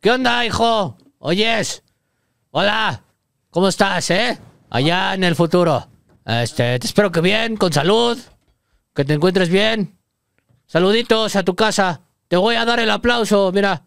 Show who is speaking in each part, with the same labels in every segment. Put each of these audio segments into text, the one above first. Speaker 1: ¿Qué onda, hijo? Oyes. Hola. ¿Cómo estás, eh? Allá en el futuro. Este, te espero que bien, con salud. Que te encuentres bien. Saluditos a tu casa. Te voy a dar el aplauso, mira.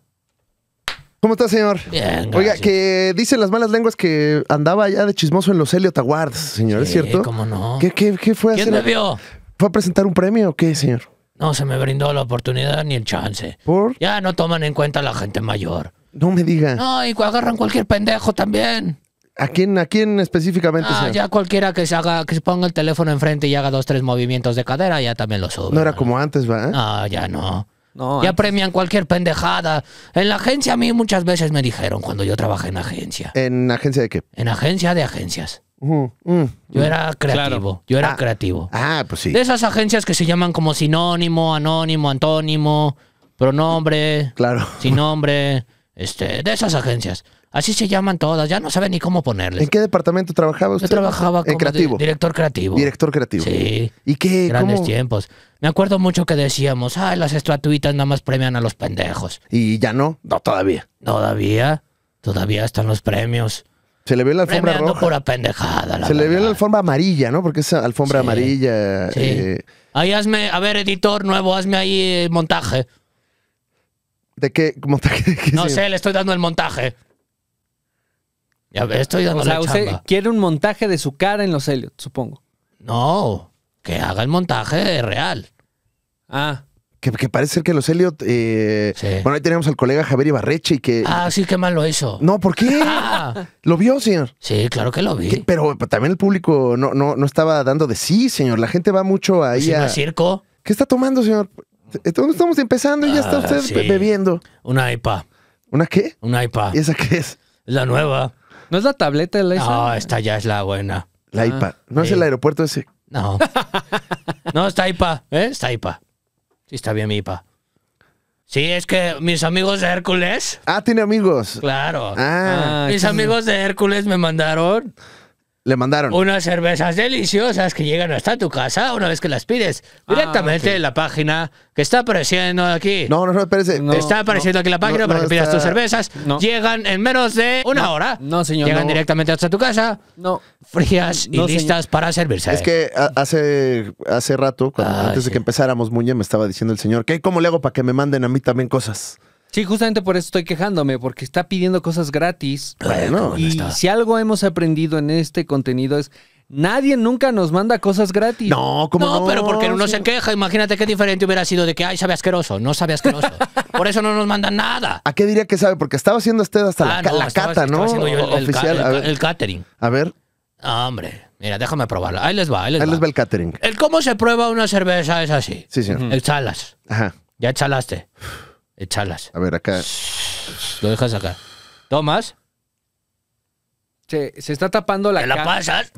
Speaker 2: ¿Cómo está, señor?
Speaker 1: Bien,
Speaker 2: Oiga,
Speaker 1: gracias.
Speaker 2: que dicen las malas lenguas que andaba ya de chismoso en los Elliot Awards, señor, ¿es
Speaker 1: Sí,
Speaker 2: cierto?
Speaker 1: cómo no.
Speaker 2: ¿Qué, qué, qué fue a
Speaker 1: ¿Quién
Speaker 2: hacer?
Speaker 1: me vio?
Speaker 2: ¿Fue a presentar un premio o qué, señor?
Speaker 1: No se me brindó la oportunidad ni el chance.
Speaker 2: ¿Por?
Speaker 1: Ya no toman en cuenta a la gente mayor.
Speaker 2: No me diga.
Speaker 1: No, y cu- agarran cualquier pendejo también.
Speaker 2: ¿A quién, a quién específicamente,
Speaker 1: Ah,
Speaker 2: señor?
Speaker 1: ya cualquiera que se haga, que se ponga el teléfono enfrente y haga dos, tres movimientos de cadera, ya también lo sube.
Speaker 2: No era como antes, ¿va?
Speaker 1: No, Ah, ya no.
Speaker 3: No,
Speaker 1: ya
Speaker 3: antes-
Speaker 1: premian cualquier pendejada. En la agencia a mí muchas veces me dijeron cuando yo trabajé en agencia.
Speaker 2: ¿En agencia de qué?
Speaker 1: En agencia de agencias.
Speaker 2: Ujú, mm.
Speaker 1: Yo era creativo. Yo era
Speaker 2: Ah.
Speaker 1: creativo.
Speaker 2: Ah, pues sí.
Speaker 1: De esas agencias que se llaman como sinónimo, anónimo, antónimo, pronombre,
Speaker 2: Claro.
Speaker 1: sin nombre, este, de esas agencias. Así se llaman todas, ya no saben ni cómo
Speaker 2: ¿En
Speaker 1: ponerles.
Speaker 2: qué departamento trabajaba
Speaker 1: Yo
Speaker 2: usted?
Speaker 1: trabajaba como
Speaker 2: En creativo.
Speaker 1: di- director creativo.
Speaker 2: Director creativo.
Speaker 1: Sí.
Speaker 2: ¿Y qué?
Speaker 1: Grandes
Speaker 2: ¿Cómo?
Speaker 1: tiempos. Me acuerdo mucho que decíamos, ay, las estatuitas nada más premian a los pendejos.
Speaker 2: Y ya no. No, todavía.
Speaker 1: Todavía, todavía están los premios.
Speaker 2: Se le vio la alfombra
Speaker 1: Premiando
Speaker 2: roja.
Speaker 1: pura pendejada. la
Speaker 2: Se le vio la
Speaker 1: verdad.
Speaker 2: alfombra amarilla, ¿no? Porque esa alfombra
Speaker 1: Sí.
Speaker 2: amarilla.
Speaker 1: Sí.
Speaker 2: eh,
Speaker 1: Ahí hazme, a ver, editor nuevo, hazme ahí eh, montaje.
Speaker 2: ¿De qué? ¿Cómo está? ¿Qué- qué
Speaker 1: No
Speaker 2: se-
Speaker 1: sé, le estoy dando el montaje. Ya ve, estoy dando
Speaker 3: O sea,
Speaker 1: la
Speaker 3: usted
Speaker 1: chamba.
Speaker 3: quiere un montaje de su cara en los Elliot, supongo.
Speaker 1: No, que haga el montaje real.
Speaker 3: Ah,
Speaker 2: Que, que parece ser que los Elliot. eh,
Speaker 1: Sí.
Speaker 2: Bueno, ahí teníamos al colega Javier Ibarreche y que.
Speaker 1: Ah, sí, qué mal lo hizo.
Speaker 2: No, ¿por qué?
Speaker 1: Ah,
Speaker 2: Lo vio, señor.
Speaker 1: sí, claro que lo
Speaker 2: Que-
Speaker 1: vi.
Speaker 2: Pero también el público no, no, no estaba dando de sí, señor. La gente va mucho ahí
Speaker 1: Sí, no
Speaker 2: a.
Speaker 1: es circo,
Speaker 2: ¿Qué está tomando, señor? Estamos estamos empezando y ya está
Speaker 1: Ah,
Speaker 2: usted
Speaker 1: sí. Ah.
Speaker 2: be- bebiendo.
Speaker 1: una IPA,
Speaker 2: ¿Una qué?
Speaker 1: una IPA.
Speaker 2: ¿Y esa qué es?
Speaker 1: La nueva.
Speaker 3: ¿no es la tableta de la
Speaker 1: No,
Speaker 3: esa?
Speaker 1: esta ya es la buena.
Speaker 2: La IPA. ¿No es
Speaker 1: Ah, sí.
Speaker 2: el aeropuerto ese?
Speaker 1: No. No, está IPA, ¿eh? Está IPA. Sí, está bien mi IPA. Sí, es que mis amigos de Hércules,
Speaker 2: Ah, tiene amigos.
Speaker 1: claro.
Speaker 2: Ah,
Speaker 3: Ah,
Speaker 1: mis
Speaker 3: qué-
Speaker 1: amigos de Hércules me mandaron
Speaker 2: le mandaron.
Speaker 1: unas cervezas deliciosas que llegan hasta tu casa una vez que las pides
Speaker 3: Ah,
Speaker 1: directamente en la página que está apareciendo aquí.
Speaker 2: No, no, no, espérese.
Speaker 3: No.
Speaker 2: Eh,
Speaker 1: está apareciendo aquí la página
Speaker 2: no,
Speaker 1: para
Speaker 2: no
Speaker 1: que pidas
Speaker 2: está-
Speaker 1: tus cervezas.
Speaker 3: No.
Speaker 1: Llegan en menos de una hora.
Speaker 3: no, señor,
Speaker 1: Llegan
Speaker 3: no.
Speaker 1: directamente hasta tu casa,
Speaker 3: No.
Speaker 1: frías y
Speaker 3: No, señor.
Speaker 1: listas para servirse.
Speaker 2: Es que a- hace, hace rato, cuando-
Speaker 1: Ah,
Speaker 2: antes
Speaker 1: sí.
Speaker 2: de que empezáramos, Muñe, me estaba diciendo el señor, ¿qué? ¿Cómo le hago para que me manden a mí también cosas?
Speaker 3: Sí, justamente por eso estoy quejándome, porque está pidiendo cosas gratis.
Speaker 2: Bueno,
Speaker 1: bueno
Speaker 3: Y
Speaker 1: está.
Speaker 3: si algo hemos aprendido en este contenido es, nadie nunca nos manda cosas gratis.
Speaker 2: no, ¿cómo no?
Speaker 1: no, pero porque uno se
Speaker 2: señor?
Speaker 1: queja. Imagínate qué diferente hubiera sido de que, ay, sabe asqueroso. No sabe asqueroso. Por eso no nos mandan nada.
Speaker 2: ¿A qué diría que sabe? Porque estaba haciendo usted hasta la
Speaker 1: Ah,
Speaker 2: ca- la,
Speaker 1: estaba-
Speaker 2: cata,
Speaker 1: estaba
Speaker 2: ¿no?
Speaker 1: haciendo yo el- el, ca-
Speaker 2: Oficial.
Speaker 1: el
Speaker 2: a
Speaker 1: ca-
Speaker 2: ver,
Speaker 1: el catering.
Speaker 2: a ver,
Speaker 1: Ah, hombre, mira, déjame probarla. Ahí les va, ahí les
Speaker 2: ahí
Speaker 1: va.
Speaker 2: les va el Mm. catering.
Speaker 1: El cómo se prueba una cerveza es así.
Speaker 2: Sí, señor.
Speaker 1: Exhalas.
Speaker 2: Ajá.
Speaker 1: Ya exhalaste. Exhalas.
Speaker 2: A ver, acá.
Speaker 1: Lo dejas acá. Tomas.
Speaker 3: Se, se está tapando la
Speaker 1: Te la
Speaker 3: cara.
Speaker 1: pasas.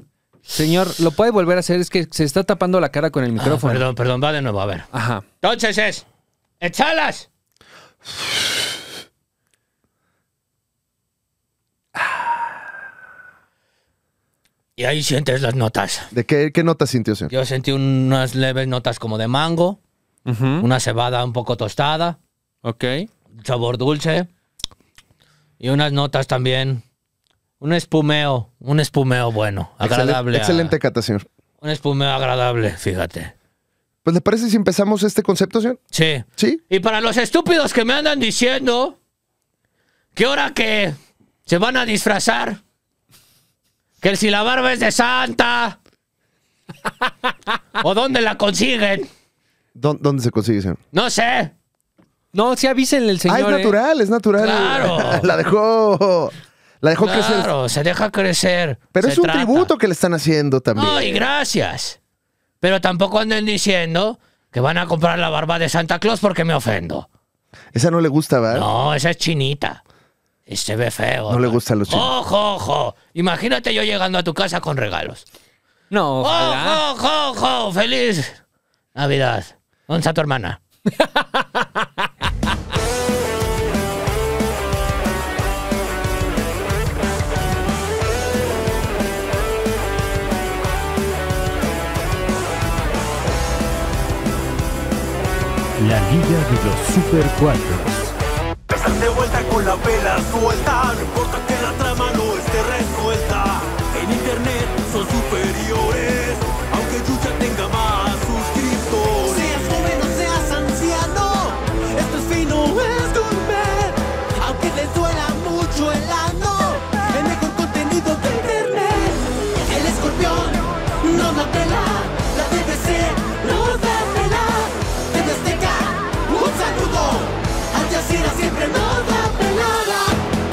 Speaker 3: Señor, lo puede volver a hacer, es que se está tapando la cara con el
Speaker 1: Ah,
Speaker 3: micrófono.
Speaker 1: perdón, perdón, va de nuevo, a ver.
Speaker 3: Ajá.
Speaker 1: Entonces es. Exhalas. Y ahí sientes las notas.
Speaker 2: ¿De qué, qué nota sintió, señor?
Speaker 1: Yo sentí unas leves notas como de mango,
Speaker 3: Ujú.
Speaker 1: una cebada un poco tostada.
Speaker 3: Ok.
Speaker 1: sabor dulce y unas notas también. Un espumeo, un espumeo bueno, agradable. a-
Speaker 2: Excelente, excelente cata, señor.
Speaker 1: un espumeo agradable, fíjate.
Speaker 2: Pues le parece si empezamos este concepto, señor?
Speaker 1: Sí.
Speaker 2: Sí.
Speaker 1: Y para los estúpidos que me andan diciendo que ahora que se van a disfrazar, que el si la barba es de Santa, o dónde la consiguen,
Speaker 2: ¿Dó- ¿Dónde se consigue, señor?
Speaker 1: no sé.
Speaker 3: No, sí avísenle el señor.
Speaker 2: ah, es
Speaker 3: ¿eh?
Speaker 2: natural, es natural.
Speaker 1: Claro.
Speaker 2: la dejó. La dejó crecer.
Speaker 1: Claro, se deja crecer.
Speaker 2: Pero
Speaker 1: se
Speaker 2: es un
Speaker 1: trata.
Speaker 2: tributo que le están haciendo también.
Speaker 1: Ay, gracias. Pero tampoco anden diciendo que van a comprar la barba de Santa Claus porque me ofendo.
Speaker 2: Esa no le gusta, ¿verdad?
Speaker 1: No, esa es chinita. Y se ve feo.
Speaker 2: No le gustan los chinos.
Speaker 1: Ojo, ojo. Imagínate yo llegando a tu casa con regalos.
Speaker 3: No, ojalá.
Speaker 1: Ojo, ojo, ojo. Feliz Navidad. ¿Dónde está tu hermana?
Speaker 4: La Liga de los Super Cuatro.
Speaker 5: Estás de vuelta
Speaker 4: anda con la vela suelta. No importa que la trama no esté resuelta. En internet son superiores, aunque Yuya tenga más suscriptores. Seas joven o seas anciano, esto es fino, es comer. Aunque les duela mucho el ano, el mejor contenido de internet. El escorpión no la pela, la TVC nos da pela. TV Azteca, un saludo. Al Jazeera siempre nos da pelada.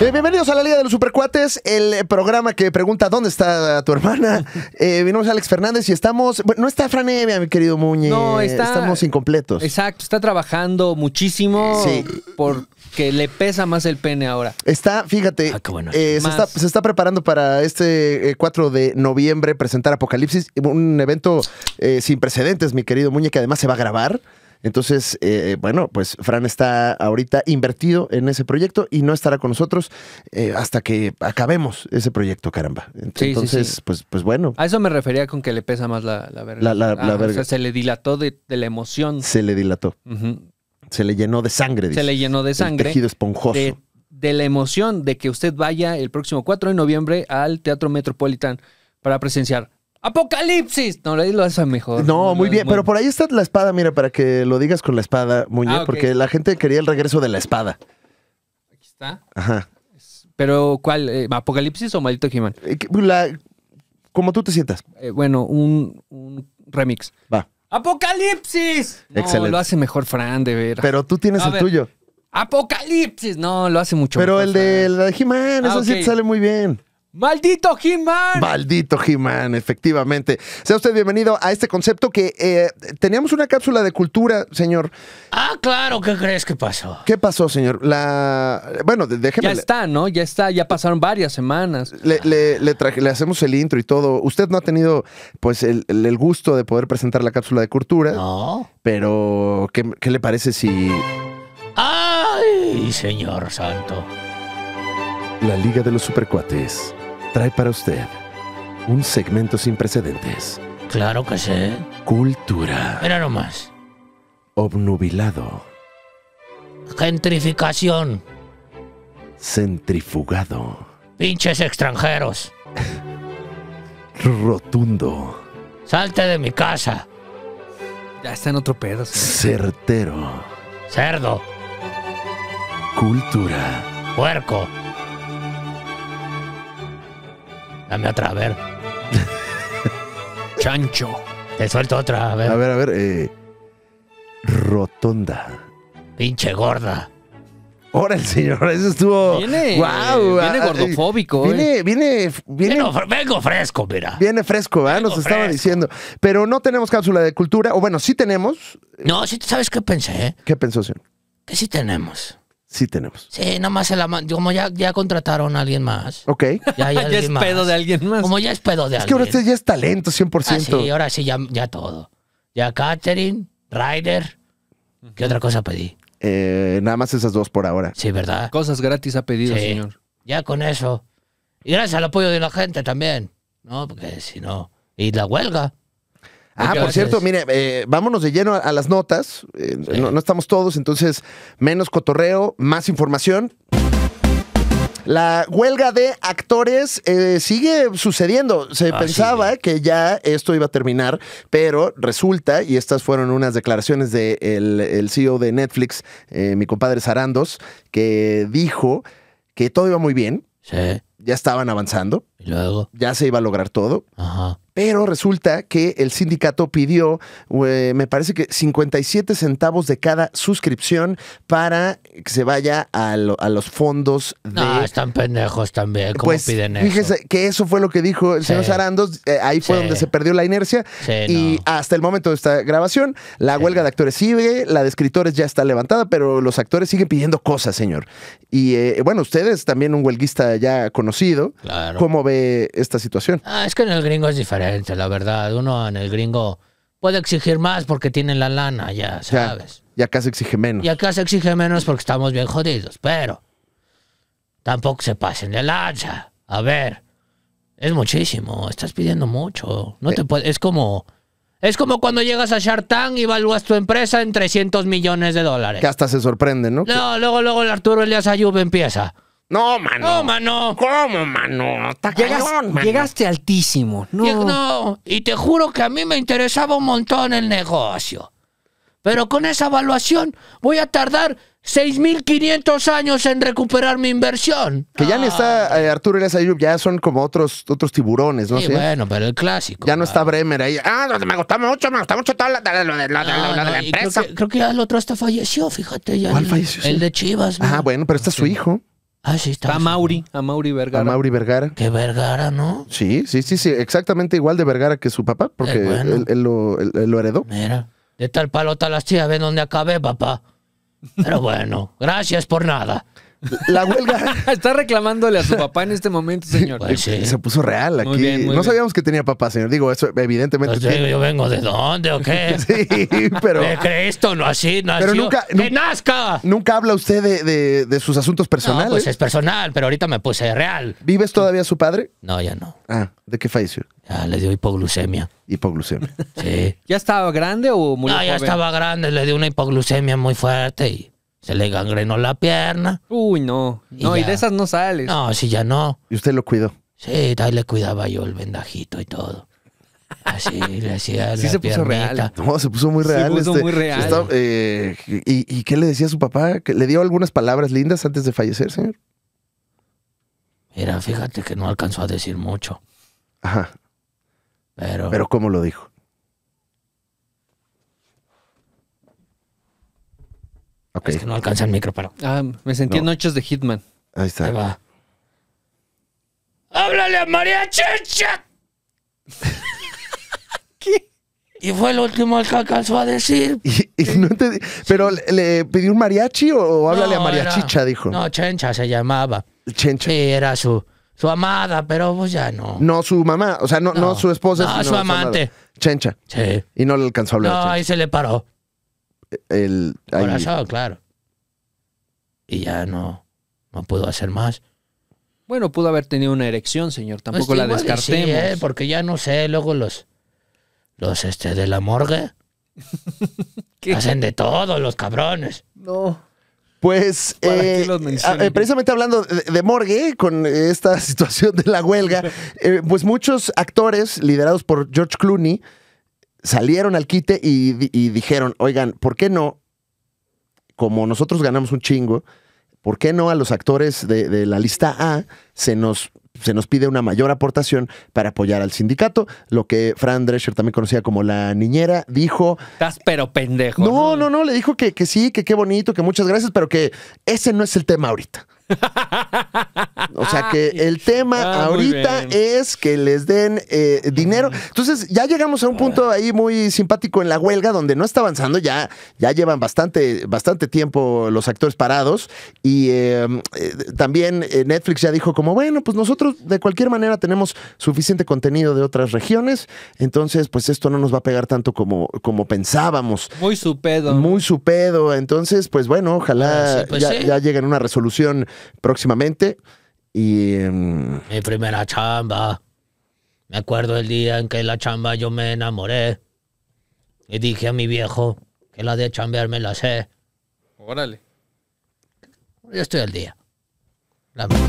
Speaker 2: Eh, bienvenidos a la Liga de los Supercuates, el eh, programa que pregunta dónde está tu hermana. Eh, mi nombre es Alex Fernández y estamos. Bueno, no está Fran Evia, mi querido Muñe.
Speaker 3: No, está-
Speaker 2: Eh, Estamos incompletos. Eh,
Speaker 3: Exacto, está trabajando muchísimo
Speaker 2: Sí.
Speaker 3: porque le pesa más el pene ahora.
Speaker 2: Está, fíjate,
Speaker 1: Ah, qué bueno.
Speaker 2: eh, se,
Speaker 3: Más.
Speaker 2: está, se está preparando para este eh, 4 de noviembre presentar Apocalipsis, un evento eh, sin precedentes, mi querido Muñe, que además se va a grabar. Entonces, eh, bueno, pues Fran está ahorita invertido en ese proyecto y no estará con nosotros eh, hasta que acabemos ese proyecto, caramba.
Speaker 3: sí, sí.
Speaker 2: Entonces, Pues, pues bueno,
Speaker 3: A eso me refería con que le pesa más la, la verga.
Speaker 2: La- la- la
Speaker 3: Ajá, O
Speaker 2: verga.
Speaker 3: sea, se le dilató de, de la emoción.
Speaker 2: se le dilató,
Speaker 3: Ujú.
Speaker 2: se le llenó de sangre.
Speaker 3: Se
Speaker 2: dice.
Speaker 3: le llenó de
Speaker 2: El
Speaker 3: sangre.
Speaker 2: tejido esponjoso.
Speaker 3: de, de la emoción de que usted vaya el próximo 4 de noviembre al Teatro Metropolitan para presenciar Apocalipsis. No, ahí lo hace mejor.
Speaker 2: No, muy
Speaker 3: lo-
Speaker 2: bien, pero por ahí está la espada, mira, para que lo digas con la espada, Muñe,
Speaker 3: Ah, ok.
Speaker 2: porque la gente quería el regreso de la espada.
Speaker 3: Aquí está.
Speaker 2: Ajá.
Speaker 3: Pero, ¿cuál? Eh, ¿Apocalipsis o Maldito He-Man?
Speaker 2: Eh, que- la- como tú te sientas.
Speaker 3: Eh, bueno, un, un remix.
Speaker 2: Va.
Speaker 3: ¡Apocalipsis! No,
Speaker 2: Excelente.
Speaker 3: lo hace mejor Fran, de veras.
Speaker 2: Pero tú tienes
Speaker 3: A
Speaker 2: el
Speaker 3: ver,
Speaker 2: tuyo.
Speaker 3: ¡Apocalipsis! No, lo hace mucho
Speaker 2: Pero
Speaker 3: mejor
Speaker 2: el
Speaker 3: Fran.
Speaker 2: de la de He-Man,
Speaker 3: Ah,
Speaker 2: eso sí
Speaker 3: ok.
Speaker 2: te sale muy bien.
Speaker 3: ¡Maldito He-Man!
Speaker 2: Maldito He-Man, efectivamente. Sea usted bienvenido a este concepto que eh, teníamos una cápsula de cultura, señor.
Speaker 1: Ah, claro, ¿qué crees que pasó?
Speaker 2: ¿Qué pasó, señor? La. Bueno, de- déjeme.
Speaker 3: Ya está, ¿no? Ya está, ya pasaron varias semanas.
Speaker 2: Le, le- le traje- le hacemos el intro y todo. Usted no ha tenido, pues, el, el- el gusto de poder presentar la cápsula de
Speaker 1: ¿Eh?
Speaker 2: cultura,
Speaker 1: No.
Speaker 2: pero ¿qué, qué le parece si
Speaker 1: Ay, señor santo.
Speaker 2: La Liga de los Supercuates trae para usted un segmento sin precedentes.
Speaker 1: Claro que sí.
Speaker 2: Cultura.
Speaker 1: Mira nomás.
Speaker 2: Obnubilado.
Speaker 1: Gentrificación.
Speaker 2: Centrifugado.
Speaker 1: Pinches extranjeros.
Speaker 2: Rotundo.
Speaker 1: Salte de mi casa.
Speaker 3: Ya está en otro pedo. señor.
Speaker 2: Certero.
Speaker 1: Cerdo.
Speaker 2: Cultura.
Speaker 1: Puerco. Dame otra, a ver.
Speaker 3: Chancho.
Speaker 1: Te suelto otra, a ver.
Speaker 2: A ver, a ver. eh, rotonda.
Speaker 1: Pinche gorda.
Speaker 2: Ahora el señor, eso estuvo.
Speaker 3: Viene,
Speaker 2: Oh,
Speaker 3: eh,
Speaker 2: Guau,
Speaker 3: viene
Speaker 2: ah,
Speaker 3: gordofóbico, eh.
Speaker 2: Viene, viene, viene
Speaker 1: Vengo, fre- vengo fresco, mira.
Speaker 2: Viene fresco, ¿verdad? Nos
Speaker 1: Vengo
Speaker 2: estaba
Speaker 1: fresco.
Speaker 2: diciendo. Pero no tenemos cápsula de cultura. O bueno, sí tenemos.
Speaker 1: No, si sabes qué pensé,
Speaker 2: ¿Qué pensó, señor?
Speaker 1: que sí tenemos.
Speaker 2: Sí tenemos.
Speaker 1: Sí, nada más se la man- como ya, ya contrataron a alguien más.
Speaker 2: Ok. Es
Speaker 1: Ya, hay
Speaker 3: Ya
Speaker 1: alguien
Speaker 3: es
Speaker 1: más.
Speaker 3: pedo de alguien más.
Speaker 1: Como ya es pedo de
Speaker 2: que ahora
Speaker 1: alguien.
Speaker 2: usted ya es talento, 100%.
Speaker 1: Ah, sí, ahora sí, ya, ya todo. Ya Catherine, Ryder. ¿Qué otra cosa pedí?
Speaker 2: Eh, nada más esas dos por ahora.
Speaker 1: Sí, ¿verdad?
Speaker 3: Cosas gratis ha pedido,
Speaker 1: Sí.
Speaker 3: señor.
Speaker 1: Ya con eso. Y gracias al apoyo de la gente también. ¿No? Porque si no. Y la huelga.
Speaker 2: Ah,
Speaker 1: Muchas
Speaker 2: por cierto,
Speaker 1: gracias.
Speaker 2: mire, eh, vámonos de lleno a, a las notas. Eh, no, no estamos todos, entonces menos cotorreo, más información. La huelga de actores eh, sigue sucediendo. Se
Speaker 1: Ah,
Speaker 2: pensaba que ya esto iba a terminar, pero resulta, y estas fueron unas declaraciones del el el CEO de Netflix, eh, mi compadre Sarandos, que dijo que todo iba muy bien,
Speaker 1: Sí.
Speaker 2: ya estaban avanzando,
Speaker 1: Y luego.
Speaker 2: ya se iba a lograr todo,
Speaker 1: Ajá.
Speaker 2: pero resulta que el sindicato pidió, eh, me parece que 57 centavos de cada suscripción para que se vaya a, lo- a los fondos de... este,
Speaker 1: No, están pendejos también. Ah, ¿Cómo
Speaker 2: pues
Speaker 1: piden eso?
Speaker 2: fíjese que eso fue lo que dijo el
Speaker 1: Sí.
Speaker 2: señor Sarandos, eh, ahí fue
Speaker 1: Sí.
Speaker 2: donde se perdió la inercia
Speaker 1: Sí,
Speaker 2: y
Speaker 1: no.
Speaker 2: hasta el momento de esta grabación la huelga de actores sigue, la de escritores ya está levantada, pero los actores siguen pidiendo cosas, señor. Y eh, bueno, usted es también un huelguista ya conocido,
Speaker 1: Claro.
Speaker 2: ¿cómo ve esta situación?
Speaker 1: Ah, es que en el gringo es diferente, la verdad. Uno en el gringo puede exigir más porque tienen la lana, ya
Speaker 2: Ya-
Speaker 1: sabes.
Speaker 2: ya casi exige menos.
Speaker 1: Y acá se exige menos porque estamos bien jodidos, pero tampoco se pasen de lanza. A ver, es muchísimo, estás pidiendo mucho. No te puede- es como Es como cuando llegas a Shark Tank y valúas tu empresa en 300 millones de dólares.
Speaker 2: Que hasta se sorprenden, ¿no?
Speaker 1: No, luego, luego el Arturo Elias Ayub empieza.
Speaker 2: No, mano.
Speaker 1: No, mano.
Speaker 2: ¿Cómo, mano? Está
Speaker 3: Llegas-
Speaker 2: cañón, mano.
Speaker 3: llegaste altísimo. No.
Speaker 1: Y- no, y te juro que a mí me interesaba un montón el negocio. Pero con esa evaluación voy a tardar 6.500 años en recuperar mi inversión.
Speaker 2: Que ya no está eh, Arturo Elias Ayub, ya son como otros, otros tiburones, ¿no?
Speaker 1: Sí,
Speaker 2: Sí.
Speaker 1: bueno, pero el clásico.
Speaker 2: Ya no está
Speaker 1: claro.
Speaker 2: Bremer ahí. Ah, no, me gusta mucho, me gusta mucho toda la, la- la- la- la-
Speaker 1: No,
Speaker 2: la-
Speaker 1: Ah,
Speaker 2: la
Speaker 1: no, y creo,
Speaker 2: empresa.
Speaker 1: que, creo que ya el otro hasta falleció, fíjate. Ya
Speaker 2: ¿Cuál
Speaker 1: el,
Speaker 2: falleció?
Speaker 1: El de Chivas. ¿no?
Speaker 2: Ah, bueno, pero está su hijo,
Speaker 1: Ah, sí, está.
Speaker 3: A Mauri, a Mauri
Speaker 2: a
Speaker 3: Vergara.
Speaker 2: Mauri Vergara.
Speaker 1: Que Vergara, ¿no?
Speaker 2: Sí, sí, sí, sí, exactamente igual de Vergara que su papá, porque
Speaker 1: Eh, bueno.
Speaker 2: él, él lo, él- él lo heredó.
Speaker 1: Mira. De tal palo, tal astilla, ven dónde acabé, papá. Pero bueno, gracias por nada.
Speaker 2: La huelga
Speaker 3: Está reclamándole a su papá en este momento, señor.
Speaker 1: Pues sí.
Speaker 2: se puso real aquí.
Speaker 3: Muy bien, muy
Speaker 2: no
Speaker 3: bien.
Speaker 2: sabíamos que tenía papá, señor. Digo, eso evidentemente
Speaker 1: Pues,
Speaker 2: tiene.
Speaker 1: ¿Yo vengo de dónde o qué?
Speaker 2: Sí, pero
Speaker 1: De Eh, Cristo, no así, nació.
Speaker 2: nunca-
Speaker 1: ¡Que
Speaker 2: nunca-
Speaker 1: nazca!
Speaker 2: nunca habla usted de, de- de sus asuntos
Speaker 1: No,
Speaker 2: personales.
Speaker 1: pues es personal, pero ahorita me puse real.
Speaker 2: ¿Vives todavía su padre?
Speaker 1: No, ya no.
Speaker 2: Ah, ¿de qué falleció?
Speaker 1: Ya le dio hipoglucemia.
Speaker 2: Hipoglucemia.
Speaker 1: Sí.
Speaker 3: ¿Ya estaba grande o murió
Speaker 1: No, ya
Speaker 3: joven?
Speaker 1: estaba grande, le dio una hipoglucemia muy fuerte y se le gangrenó la pierna.
Speaker 3: Uy, no.
Speaker 1: Y
Speaker 3: No, y,
Speaker 1: ya.
Speaker 3: de esas no sales.
Speaker 1: No, sí, ya no.
Speaker 2: Y usted lo cuidó.
Speaker 1: Sí, ahí le cuidaba yo el vendajito y todo. Así le hacía
Speaker 3: Sí
Speaker 1: la
Speaker 3: se puso
Speaker 1: piernita.
Speaker 3: real.
Speaker 2: No, se puso muy
Speaker 3: Se
Speaker 2: real.
Speaker 3: puso
Speaker 2: este,
Speaker 3: muy real.
Speaker 2: está- eh, y, y qué le decía a su papá? ¿Que ¿Le dio algunas palabras lindas antes de fallecer, señor?
Speaker 1: Mira, fíjate que no alcanzó a decir mucho,
Speaker 2: Ajá.
Speaker 1: pero...
Speaker 2: Pero ¿cómo lo dijo? Ok,
Speaker 1: Es que no alcanza el micro, pero...
Speaker 3: Ah, me sentí en
Speaker 2: No.
Speaker 3: noches de Hitman.
Speaker 2: ahí
Speaker 1: Ahí
Speaker 2: está.
Speaker 1: va. ¡Háblale a María Chicha!
Speaker 3: ¿Qué?
Speaker 1: Y fue el último que alcanzó a decir.
Speaker 2: Y, y no entendí- ¿Pero le, le pidió un mariachi o, o háblale
Speaker 1: No,
Speaker 2: a María
Speaker 1: era-
Speaker 2: Chicha? Dijo.
Speaker 1: No, Chencha se llamaba.
Speaker 2: Chencha.
Speaker 1: Sí, era su, su amada, pero pues ya no.
Speaker 2: No su mamá, o sea, no, no,
Speaker 1: No.
Speaker 2: su esposa.
Speaker 1: No,
Speaker 2: sino
Speaker 1: su amante.
Speaker 2: amada. Chencha.
Speaker 1: Sí.
Speaker 2: Y no le alcanzó a hablar. a
Speaker 1: No,
Speaker 2: Chencha.
Speaker 1: ahí se le paró.
Speaker 2: El, ahí-
Speaker 1: Corazón, claro. Y ya no, no pudo hacer más.
Speaker 3: Bueno, pudo haber tenido una erección, señor. Tampoco
Speaker 1: Pues
Speaker 3: la
Speaker 1: igual y sí,
Speaker 3: descartemos.
Speaker 1: ¿eh? porque ya no sé, luego los, los este de la morgue
Speaker 3: ¿Qué?
Speaker 1: hacen de todo los cabrones.
Speaker 3: No.
Speaker 2: Pues,
Speaker 3: ¿Para
Speaker 2: eh,
Speaker 3: qué los menciono?
Speaker 2: a- eh, precisamente hablando de, de morgue, con esta situación de la huelga, eh, pues muchos actores liderados por George Clooney salieron al quite y, di- y dijeron, oigan, ¿por qué no? Como nosotros ganamos un chingo, ¿por qué no a los actores de, de la lista A se nos, se nos pide una mayor aportación para apoyar al sindicato? Lo que Fran Drescher, también conocida como la niñera, dijo,
Speaker 3: Estás pero pendejo.
Speaker 2: no, no, no, le dijo que, que sí, que qué bonito, que muchas gracias, pero que ese no es el tema ahorita. O sea que el tema
Speaker 3: Ah, muy
Speaker 2: ahorita
Speaker 3: bien.
Speaker 2: es que les den eh, dinero. Entonces ya llegamos a un
Speaker 3: Ah.
Speaker 2: punto ahí muy simpático en la huelga donde no está avanzando, ya, ya llevan bastante, bastante tiempo los actores parados y eh, eh, también eh, Netflix ya dijo como, bueno, pues nosotros de cualquier manera tenemos suficiente contenido de otras regiones, entonces pues esto no nos va a pegar tanto como, como pensábamos.
Speaker 3: Muy su pedo.
Speaker 2: Muy su pedo. Entonces, pues bueno, ojalá
Speaker 1: Ah, sí, pues
Speaker 2: ya,
Speaker 1: sí.
Speaker 2: ya lleguen a una resolución próximamente. Y em,
Speaker 1: Mi primera chamba. Me acuerdo el día en que la chamba yo me enamoré. Y dije a mi viejo que la de chambear me la sé.
Speaker 3: Órale.
Speaker 1: Yo estoy al día. La verdad.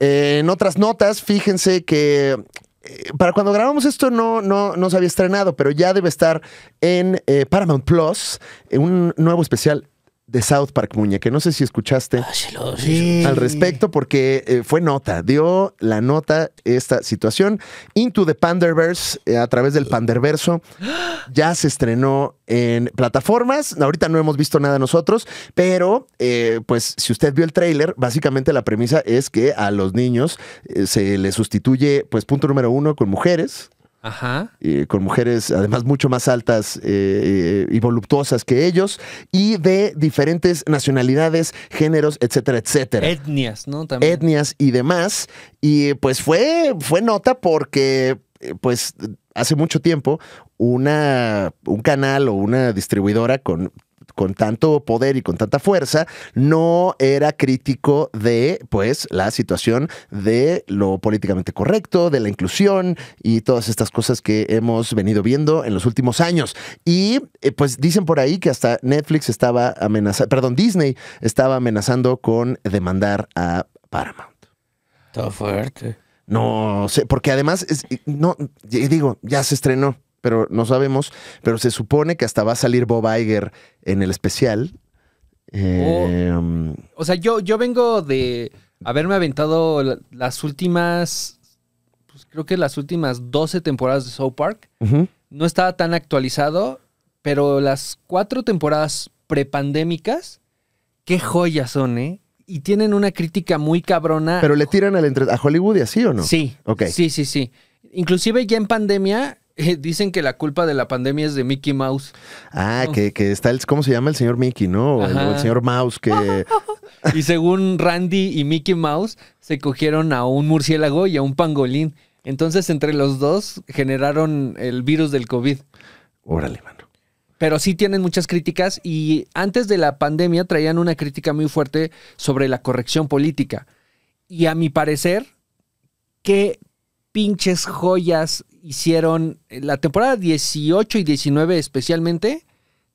Speaker 2: eh, en otras notas, fíjense que eh, para cuando grabamos esto no, no, no se había estrenado, pero ya debe estar en eh, Paramount Plus eh, un nuevo especial de South Park Muñe, que no sé si escuchaste.
Speaker 1: Ah, sí, lo- sí,
Speaker 2: al respecto porque eh, fue nota, dio la nota esta situación. Into the Panderverse, eh, a través del Panderverso, ya se estrenó en plataformas. Ahorita no hemos visto nada nosotros, pero eh, pues si usted vio el tráiler, básicamente la premisa es que a los niños eh, se les sustituye, pues punto número uno, con mujeres.
Speaker 3: Ajá.
Speaker 2: eh, con mujeres además mucho más altas eh, eh, y voluptuosas que ellos, y de diferentes nacionalidades, géneros, etcétera, etcétera
Speaker 3: Etnias, ¿no? También.
Speaker 2: etnias y demás. Y pues fue, fue nota porque, eh, pues, hace mucho tiempo, una, un canal o una distribuidora con con tanto poder y con tanta fuerza, no era crítico de, pues, la situación de lo políticamente correcto, de la inclusión y todas estas cosas que hemos venido viendo en los últimos años. Y, eh, pues, dicen por ahí que hasta Netflix estaba amenazando, perdón, Disney estaba amenazando con demandar a Paramount.
Speaker 1: Está fuerte.
Speaker 2: No sé, porque además, es- no, y digo, ya se estrenó, pero no sabemos, pero se supone que hasta va a salir Bob Iger en el especial. Eh,
Speaker 3: O sea, yo, yo vengo de haberme aventado la- las últimas, pues creo que las últimas 12 temporadas de South Park.
Speaker 2: ujú.
Speaker 3: No estaba tan actualizado, pero las cuatro temporadas prepandémicas, qué joyas son, ¿eh? Y tienen una crítica muy cabrona.
Speaker 2: Pero le tiran al entre- a Hollywood y así o no?
Speaker 3: Sí.
Speaker 2: Ok.
Speaker 3: Sí, sí, sí. Inclusive ya en pandemia eh, dicen que la culpa de la pandemia es de Mickey Mouse.
Speaker 2: Ah, que, que está el, ¿cómo se llama el señor Mickey, no? O el,
Speaker 3: Ajá.
Speaker 2: o el señor Mouse que...
Speaker 3: Y según Randy y Mickey Mouse, se cogieron a un murciélago y a un pangolín. Entonces, entre los dos generaron el virus del COVID.
Speaker 2: Órale, mano.
Speaker 3: Pero sí tienen muchas críticas y antes de la pandemia traían una crítica muy fuerte sobre la corrección política. Y a mi parecer, qué pinches joyas hicieron la temporada 18 y 19 especialmente.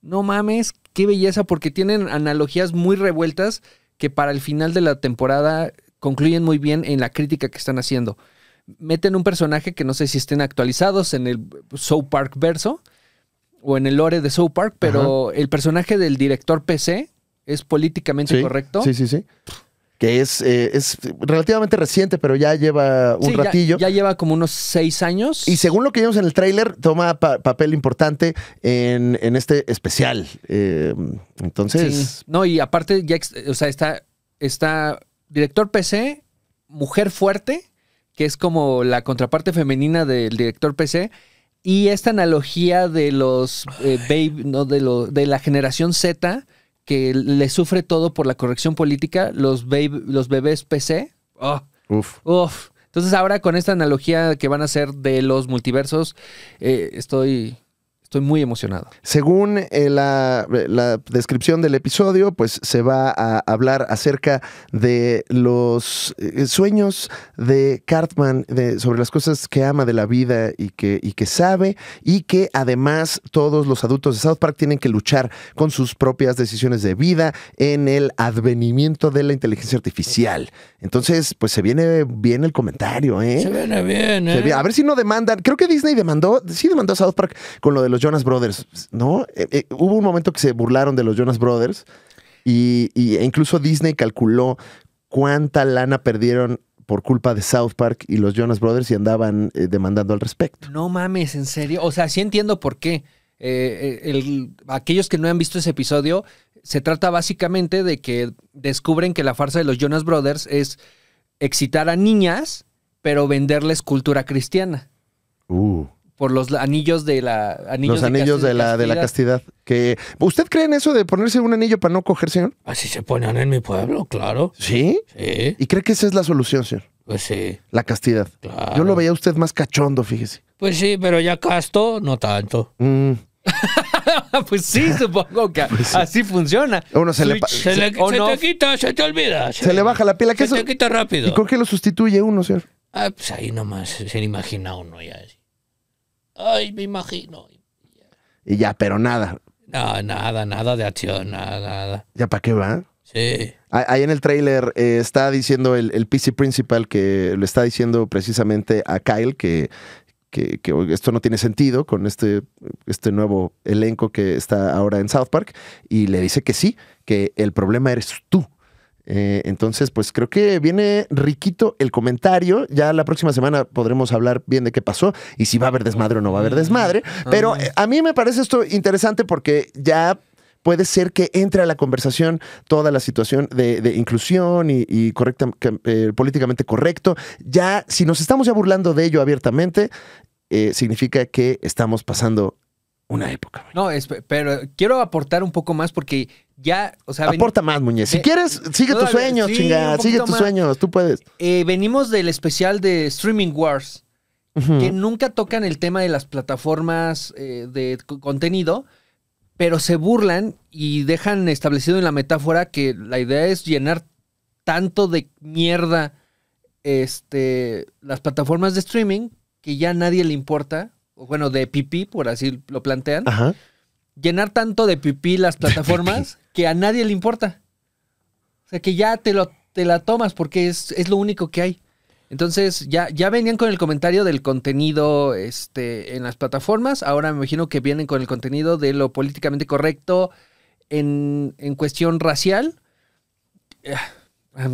Speaker 3: No mames, qué belleza, porque tienen analogías muy revueltas que para el final de la temporada concluyen muy bien en la crítica que están haciendo. Meten un personaje que no sé si estén actualizados en el South Park verso o en el lore de South Park, pero el personaje del director PC es políticamente
Speaker 2: Sí,
Speaker 3: correcto.
Speaker 2: Sí, sí, sí. Que es, eh, es relativamente reciente, pero ya lleva un
Speaker 3: Sí, ya-
Speaker 2: ratillo.
Speaker 3: Ya, lleva como unos seis años.
Speaker 2: Y según lo que vimos en el tráiler, toma pa- papel importante en, en este especial. Eh, entonces,
Speaker 3: Sí. No, y aparte, ya, ex- o sea, está, está director PC, mujer fuerte, que es como la contraparte femenina del director PC, y esta analogía de los eh, babe- no, de, lo- de la generación Z, que le sufre todo por la corrección política, los, babe- los bebés PC. ¡Oh!
Speaker 2: Ah. uf.
Speaker 3: Uf. Entonces ahora con esta analogía que van a hacer de los multiversos, eh, estoy, estoy muy emocionado.
Speaker 2: Según eh, la, la descripción del episodio, pues se va a hablar acerca de los eh, sueños de Cartman, de- sobre las cosas que ama de la vida y que, y que sabe, y que además todos los adultos de South Park tienen que luchar con sus propias decisiones de vida en el advenimiento de la inteligencia artificial. Entonces, pues se viene bien el comentario, ¿eh?
Speaker 1: Se viene bien, ¿eh?
Speaker 2: Se ve- A ver si no demandan. Creo que Disney demandó, sí demandó a South Park con lo de los Jonas Brothers, ¿no? Eh, eh, hubo un momento que se burlaron de los Jonas Brothers y, y- e incluso Disney calculó cuánta lana perdieron por culpa de South Park y los Jonas Brothers y andaban eh, demandando al respecto.
Speaker 3: No mames, en serio. O sea, sí entiendo por qué. Eh, eh, el- aquellos que no han visto ese episodio, se trata básicamente de que descubren que la farsa de los Jonas Brothers es excitar a niñas, pero venderles cultura cristiana
Speaker 2: Uh,
Speaker 3: por los anillos de la anillos
Speaker 2: los anillos
Speaker 3: casti-
Speaker 2: de la, de la
Speaker 3: castidad.
Speaker 2: castidad. Que, ¿Usted cree en eso de ponerse un anillo para no coger, señor?
Speaker 1: ¿eh? Así se ponían en mi pueblo, claro.
Speaker 2: Sí.
Speaker 1: Sí,
Speaker 2: ¿Y cree que esa es la solución, señor?
Speaker 1: pues sí.
Speaker 2: La castidad.
Speaker 1: Claro.
Speaker 2: Yo lo veía a usted más cachondo, fíjese.
Speaker 1: Pues sí, pero ya casto, no tanto.
Speaker 2: Mm.
Speaker 3: pues sí, supongo que
Speaker 2: Pues sí.
Speaker 3: así funciona.
Speaker 2: A uno se le pa-
Speaker 3: Switch
Speaker 1: Se, le,
Speaker 3: on
Speaker 1: se te
Speaker 3: off.
Speaker 1: quita, se te olvida.
Speaker 2: Se le baja la piel. ¿A qué
Speaker 1: Se
Speaker 2: eso-
Speaker 1: te quita rápido.
Speaker 2: ¿Y con qué lo sustituye uno, señor?
Speaker 1: Ah, pues ahí nomás se imagina uno ya. así. Ay, me imagino.
Speaker 2: Y ya, pero nada.
Speaker 1: No, nada, nada de acción, nada, nada.
Speaker 2: ¿Ya para qué va?
Speaker 1: Sí.
Speaker 2: Ah, Ahí en el trailer está diciendo el, el PC principal que le está diciendo precisamente a Kyle que, que- que esto no tiene sentido con este, este nuevo elenco que está ahora en South Park y le dice que sí, que el problema eres tú. Eh, entonces, pues creo que viene riquito el comentario. Ya la próxima semana podremos hablar bien de qué pasó y si va a haber desmadre o no va a haber desmadre. Pero eh, a mí me parece esto interesante porque ya puede ser que entre a la conversación toda la situación de, de inclusión y, y correcta- que, eh, políticamente correcto. Ya, si nos estamos ya burlando de ello abiertamente, eh, significa que estamos pasando una época.
Speaker 3: No, es- pero quiero aportar un poco más porque ya, o sea, ven-
Speaker 2: Aporta más, Muñez. Si
Speaker 3: Ve-
Speaker 2: quieres, sigue tus
Speaker 3: Todavía,
Speaker 2: sueños,
Speaker 3: sí,
Speaker 2: chingada.
Speaker 3: un
Speaker 2: Sigue
Speaker 3: poquito
Speaker 2: tus
Speaker 3: más.
Speaker 2: sueños, tú puedes.
Speaker 3: eh, venimos del especial de Streaming Wars.
Speaker 2: Ujú.
Speaker 3: que nunca tocan el tema de las plataformas eh, de c- contenido, pero se burlan y dejan establecido en la metáfora que la idea es llenar tanto de mierda este, las plataformas de streaming que ya a nadie le importa, o bueno, de pipí, por así lo plantean,
Speaker 2: Ajá.
Speaker 3: llenar tanto de pipí las plataformas que a nadie le importa. O sea, que ya te, lo, te la tomas porque es, es lo único que hay. Entonces, ya, ya venían con el comentario del contenido este, en las plataformas. Ahora me imagino que vienen con el contenido de lo políticamente correcto en, en cuestión racial. Ah,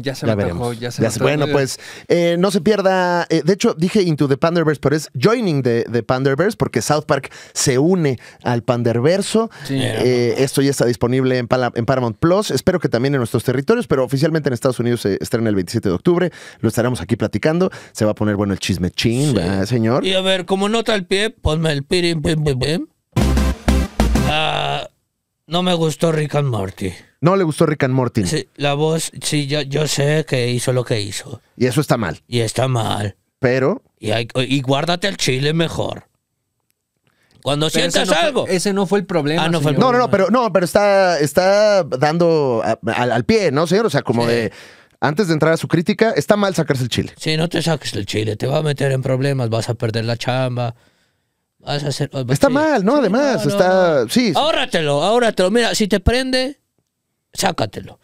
Speaker 3: Ya se me
Speaker 2: Ya
Speaker 3: atajó,
Speaker 2: veremos.
Speaker 3: ya se me
Speaker 2: Ya se-
Speaker 3: atajó.
Speaker 2: bueno, pues eh, no se pierda. eh, de hecho, dije Into the Panderverse, pero es Joining the, the Panderverse porque South Park se une al Panderverso.
Speaker 3: Sí.
Speaker 2: Eh, esto ya está disponible en, Pala- en Paramount Plus. Espero que también en nuestros territorios, pero oficialmente en Estados Unidos se estrena el 27 de octubre. Lo estaremos aquí platicando. Se va a poner bueno el chisme chin,
Speaker 1: Sí.
Speaker 2: ¿verdad, señor?
Speaker 1: Y a ver, como nota al pie, ponme el pirim, pim, pim, pim. Ah, no me gustó Rick and Morty.
Speaker 2: No le gustó Rick and
Speaker 3: Mm.
Speaker 2: Morty
Speaker 1: Sí, la voz, sí, yo, yo sé que hizo lo que hizo.
Speaker 2: y eso está mal,
Speaker 1: Y está mal.
Speaker 2: pero
Speaker 1: Y, hay- y guárdate el chile mejor. Cuando
Speaker 3: Pero ese
Speaker 1: sientas
Speaker 3: no fue-
Speaker 1: algo.
Speaker 3: ese no fue el problema.
Speaker 1: Ah, no fue el
Speaker 3: señor.
Speaker 2: No, no, no, pero no, pero está, está dando a- al, al pie, ¿no, señor? O sea, como
Speaker 1: Sí.
Speaker 2: de antes de entrar a su crítica, está mal sacarse el chile.
Speaker 1: Si no te saques el chile, te va a meter en problemas, vas a perder la chamba. Vas a hacer.
Speaker 2: Está
Speaker 1: sí.
Speaker 2: mal, ¿no?
Speaker 1: Sí,
Speaker 2: Además,
Speaker 1: no, no,
Speaker 2: está.
Speaker 1: no. Oh.
Speaker 2: Sí.
Speaker 1: Ahórratelo, ahórratelo. Mira, si te prende, sácatelo.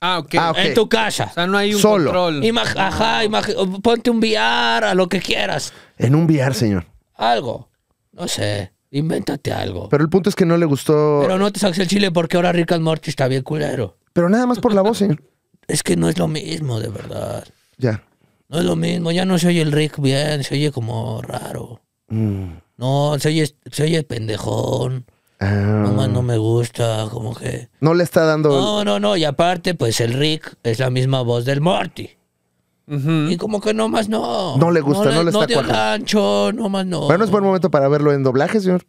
Speaker 3: Ah, ok.
Speaker 2: Ah, ok.
Speaker 1: En tu
Speaker 3: O
Speaker 1: casa.
Speaker 3: sea, no hay un
Speaker 2: Solo.
Speaker 3: control.
Speaker 1: Ima- ajá, imag- ponte un VR, a lo que quieras.
Speaker 2: En un VR, señor.
Speaker 1: Algo. No sé. Invéntate algo. Pero,
Speaker 2: Pero el punto es que no le gustó. Pero,
Speaker 1: no te saques el chile porque ahora Rick and Morty está bien culero.
Speaker 2: nada más por la voz, señor.
Speaker 1: Es que no es lo mismo, de verdad.
Speaker 2: Ya.
Speaker 1: No es lo mismo. Ya no se oye el Rick bien, se oye como raro.
Speaker 2: Mm.
Speaker 1: No, se oye, se oye pendejón.
Speaker 2: Ah.
Speaker 1: Nomás no me gusta, como que.
Speaker 2: No le está dando.
Speaker 1: No, no, no. Y aparte, pues el Rick es la misma voz del Morty.
Speaker 3: Ujú.
Speaker 1: Y como que nomás no.
Speaker 2: Mm. No le gusta, no le está
Speaker 1: No dio el
Speaker 2: cuajando.
Speaker 1: ancho, nomás no.
Speaker 2: Bueno, es buen momento para verlo en doblaje, señor.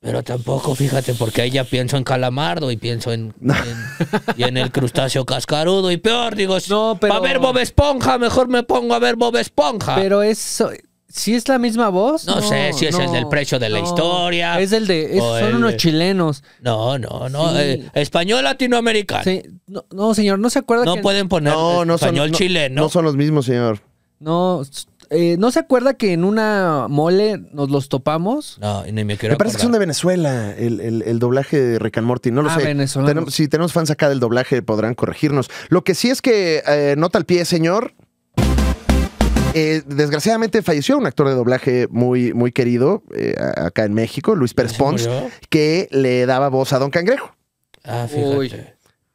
Speaker 1: Pero tampoco, fíjate, porque ahí ya pienso en calamardo y pienso en, en- y en el crustáceo cascarudo y peor, digo,
Speaker 3: No, pero-
Speaker 1: a ver Bob Esponja, mejor me pongo a ver Bob Esponja.
Speaker 3: Pero eso, si es la misma voz.
Speaker 1: Ah. No sé si es el del precio de la historia,
Speaker 3: Es el de. es-
Speaker 1: o
Speaker 3: son
Speaker 1: el
Speaker 3: unos
Speaker 1: de-
Speaker 3: chilenos.
Speaker 1: No, no, no,
Speaker 3: Sí.
Speaker 1: eh, español latinoamericano.
Speaker 3: Sí, no, no, señor, no se acuerda
Speaker 1: Ah. No
Speaker 3: que.
Speaker 1: pueden poner
Speaker 2: No, no son.
Speaker 1: español
Speaker 2: no-
Speaker 1: chileno.
Speaker 2: No son los mismos, señor.
Speaker 3: No, eh, no se acuerda que en una mole nos los topamos.
Speaker 1: No, y ni me quiero
Speaker 2: Me parece que son de
Speaker 1: acordar.
Speaker 2: Venezuela, el, el- el doblaje de Rick and Morty. No lo
Speaker 3: Ah,
Speaker 2: sé.
Speaker 3: venezolanos.
Speaker 2: Tenemos- si tenemos fans acá del doblaje, podrán corregirnos. Lo que sí es que, eh, nota al pie, señor. eh, desgraciadamente falleció un actor de doblaje muy, muy querido eh, a- acá en México, Luis Pérez
Speaker 1: se
Speaker 2: Pons,
Speaker 1: murió?
Speaker 2: que le daba voz a Don Cangrejo.
Speaker 1: Ah, fíjate.
Speaker 3: Uy.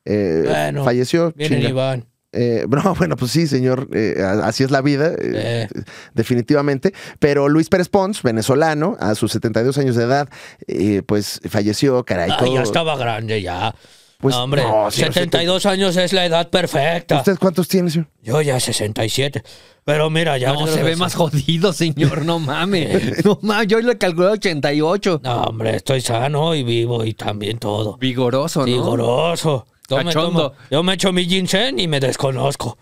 Speaker 2: Eh,
Speaker 1: Bueno,
Speaker 2: falleció.
Speaker 1: Viene el
Speaker 2: chinga.
Speaker 1: Iván.
Speaker 2: Eh, no, bueno, pues sí, señor, eh, a- así es la vida, eh, definitivamente. Pero Luis Pérez Pons, venezolano, a sus 72 años de edad, eh, pues falleció, caray.
Speaker 1: Ah,
Speaker 2: todo-
Speaker 1: ya estaba grande ya.
Speaker 2: Pues,
Speaker 1: no, hombre,
Speaker 2: no, señor,
Speaker 1: 72 años es la edad perfecta.
Speaker 2: ¿Usted cuántos tiene, señor?
Speaker 1: Yo ya 67. Pero mira, ya.
Speaker 3: No,
Speaker 1: creo
Speaker 3: se
Speaker 1: que
Speaker 3: ve
Speaker 1: sí.
Speaker 3: más jodido, señor, no mames. No mames, yo le calculé 88.
Speaker 1: No, hombre, estoy sano y vivo y también todo.
Speaker 3: Vigoroso, ¿no?
Speaker 1: Vigoroso. Yo me,
Speaker 3: Cachondo.
Speaker 1: tomo- yo me echo mi ginseng y me desconozco.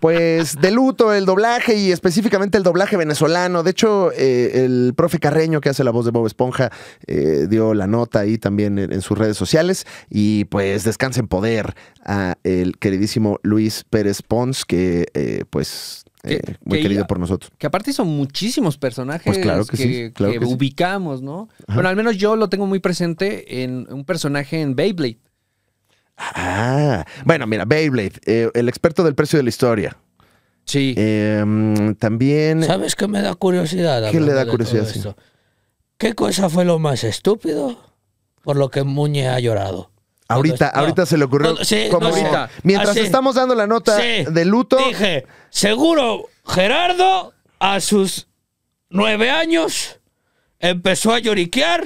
Speaker 2: Pues de luto el doblaje y específicamente el doblaje venezolano. De hecho, eh, el profe Carreño, que hace la voz de Bob Esponja, eh, dio la nota ahí también en, en sus redes sociales. Y pues descansa en poder a el queridísimo Luis Pérez Pons, que eh, pues eh,
Speaker 3: Que-
Speaker 2: muy
Speaker 3: que
Speaker 2: querido
Speaker 3: ya-
Speaker 2: por nosotros.
Speaker 3: Que aparte son muchísimos personajes
Speaker 2: Pues claro que sí, claro
Speaker 3: que
Speaker 2: que sí.
Speaker 3: ubicamos, ¿no? Bueno, al menos yo lo tengo muy presente en un personaje en Beyblade.
Speaker 2: Ah, bueno, mira, Beyblade, eh, el experto del precio de la historia.
Speaker 3: Sí.
Speaker 2: Eh, mm, también
Speaker 1: ¿Sabes qué me da curiosidad?
Speaker 2: ¿Qué le
Speaker 1: hablando
Speaker 2: da
Speaker 1: de todo
Speaker 2: curiosidad, sí?
Speaker 1: esto? ¿Qué cosa fue lo más estúpido por lo que Muñe ha llorado?
Speaker 2: ahorita,
Speaker 1: No.
Speaker 2: ahorita se le ocurrió
Speaker 1: No, sí,
Speaker 2: como
Speaker 1: no sé.
Speaker 2: ahorita. mientras
Speaker 1: Así.
Speaker 2: estamos dando la nota
Speaker 1: Sí,
Speaker 2: de luto.
Speaker 1: Dije, seguro Gerardo a sus nueve años empezó a lloriquear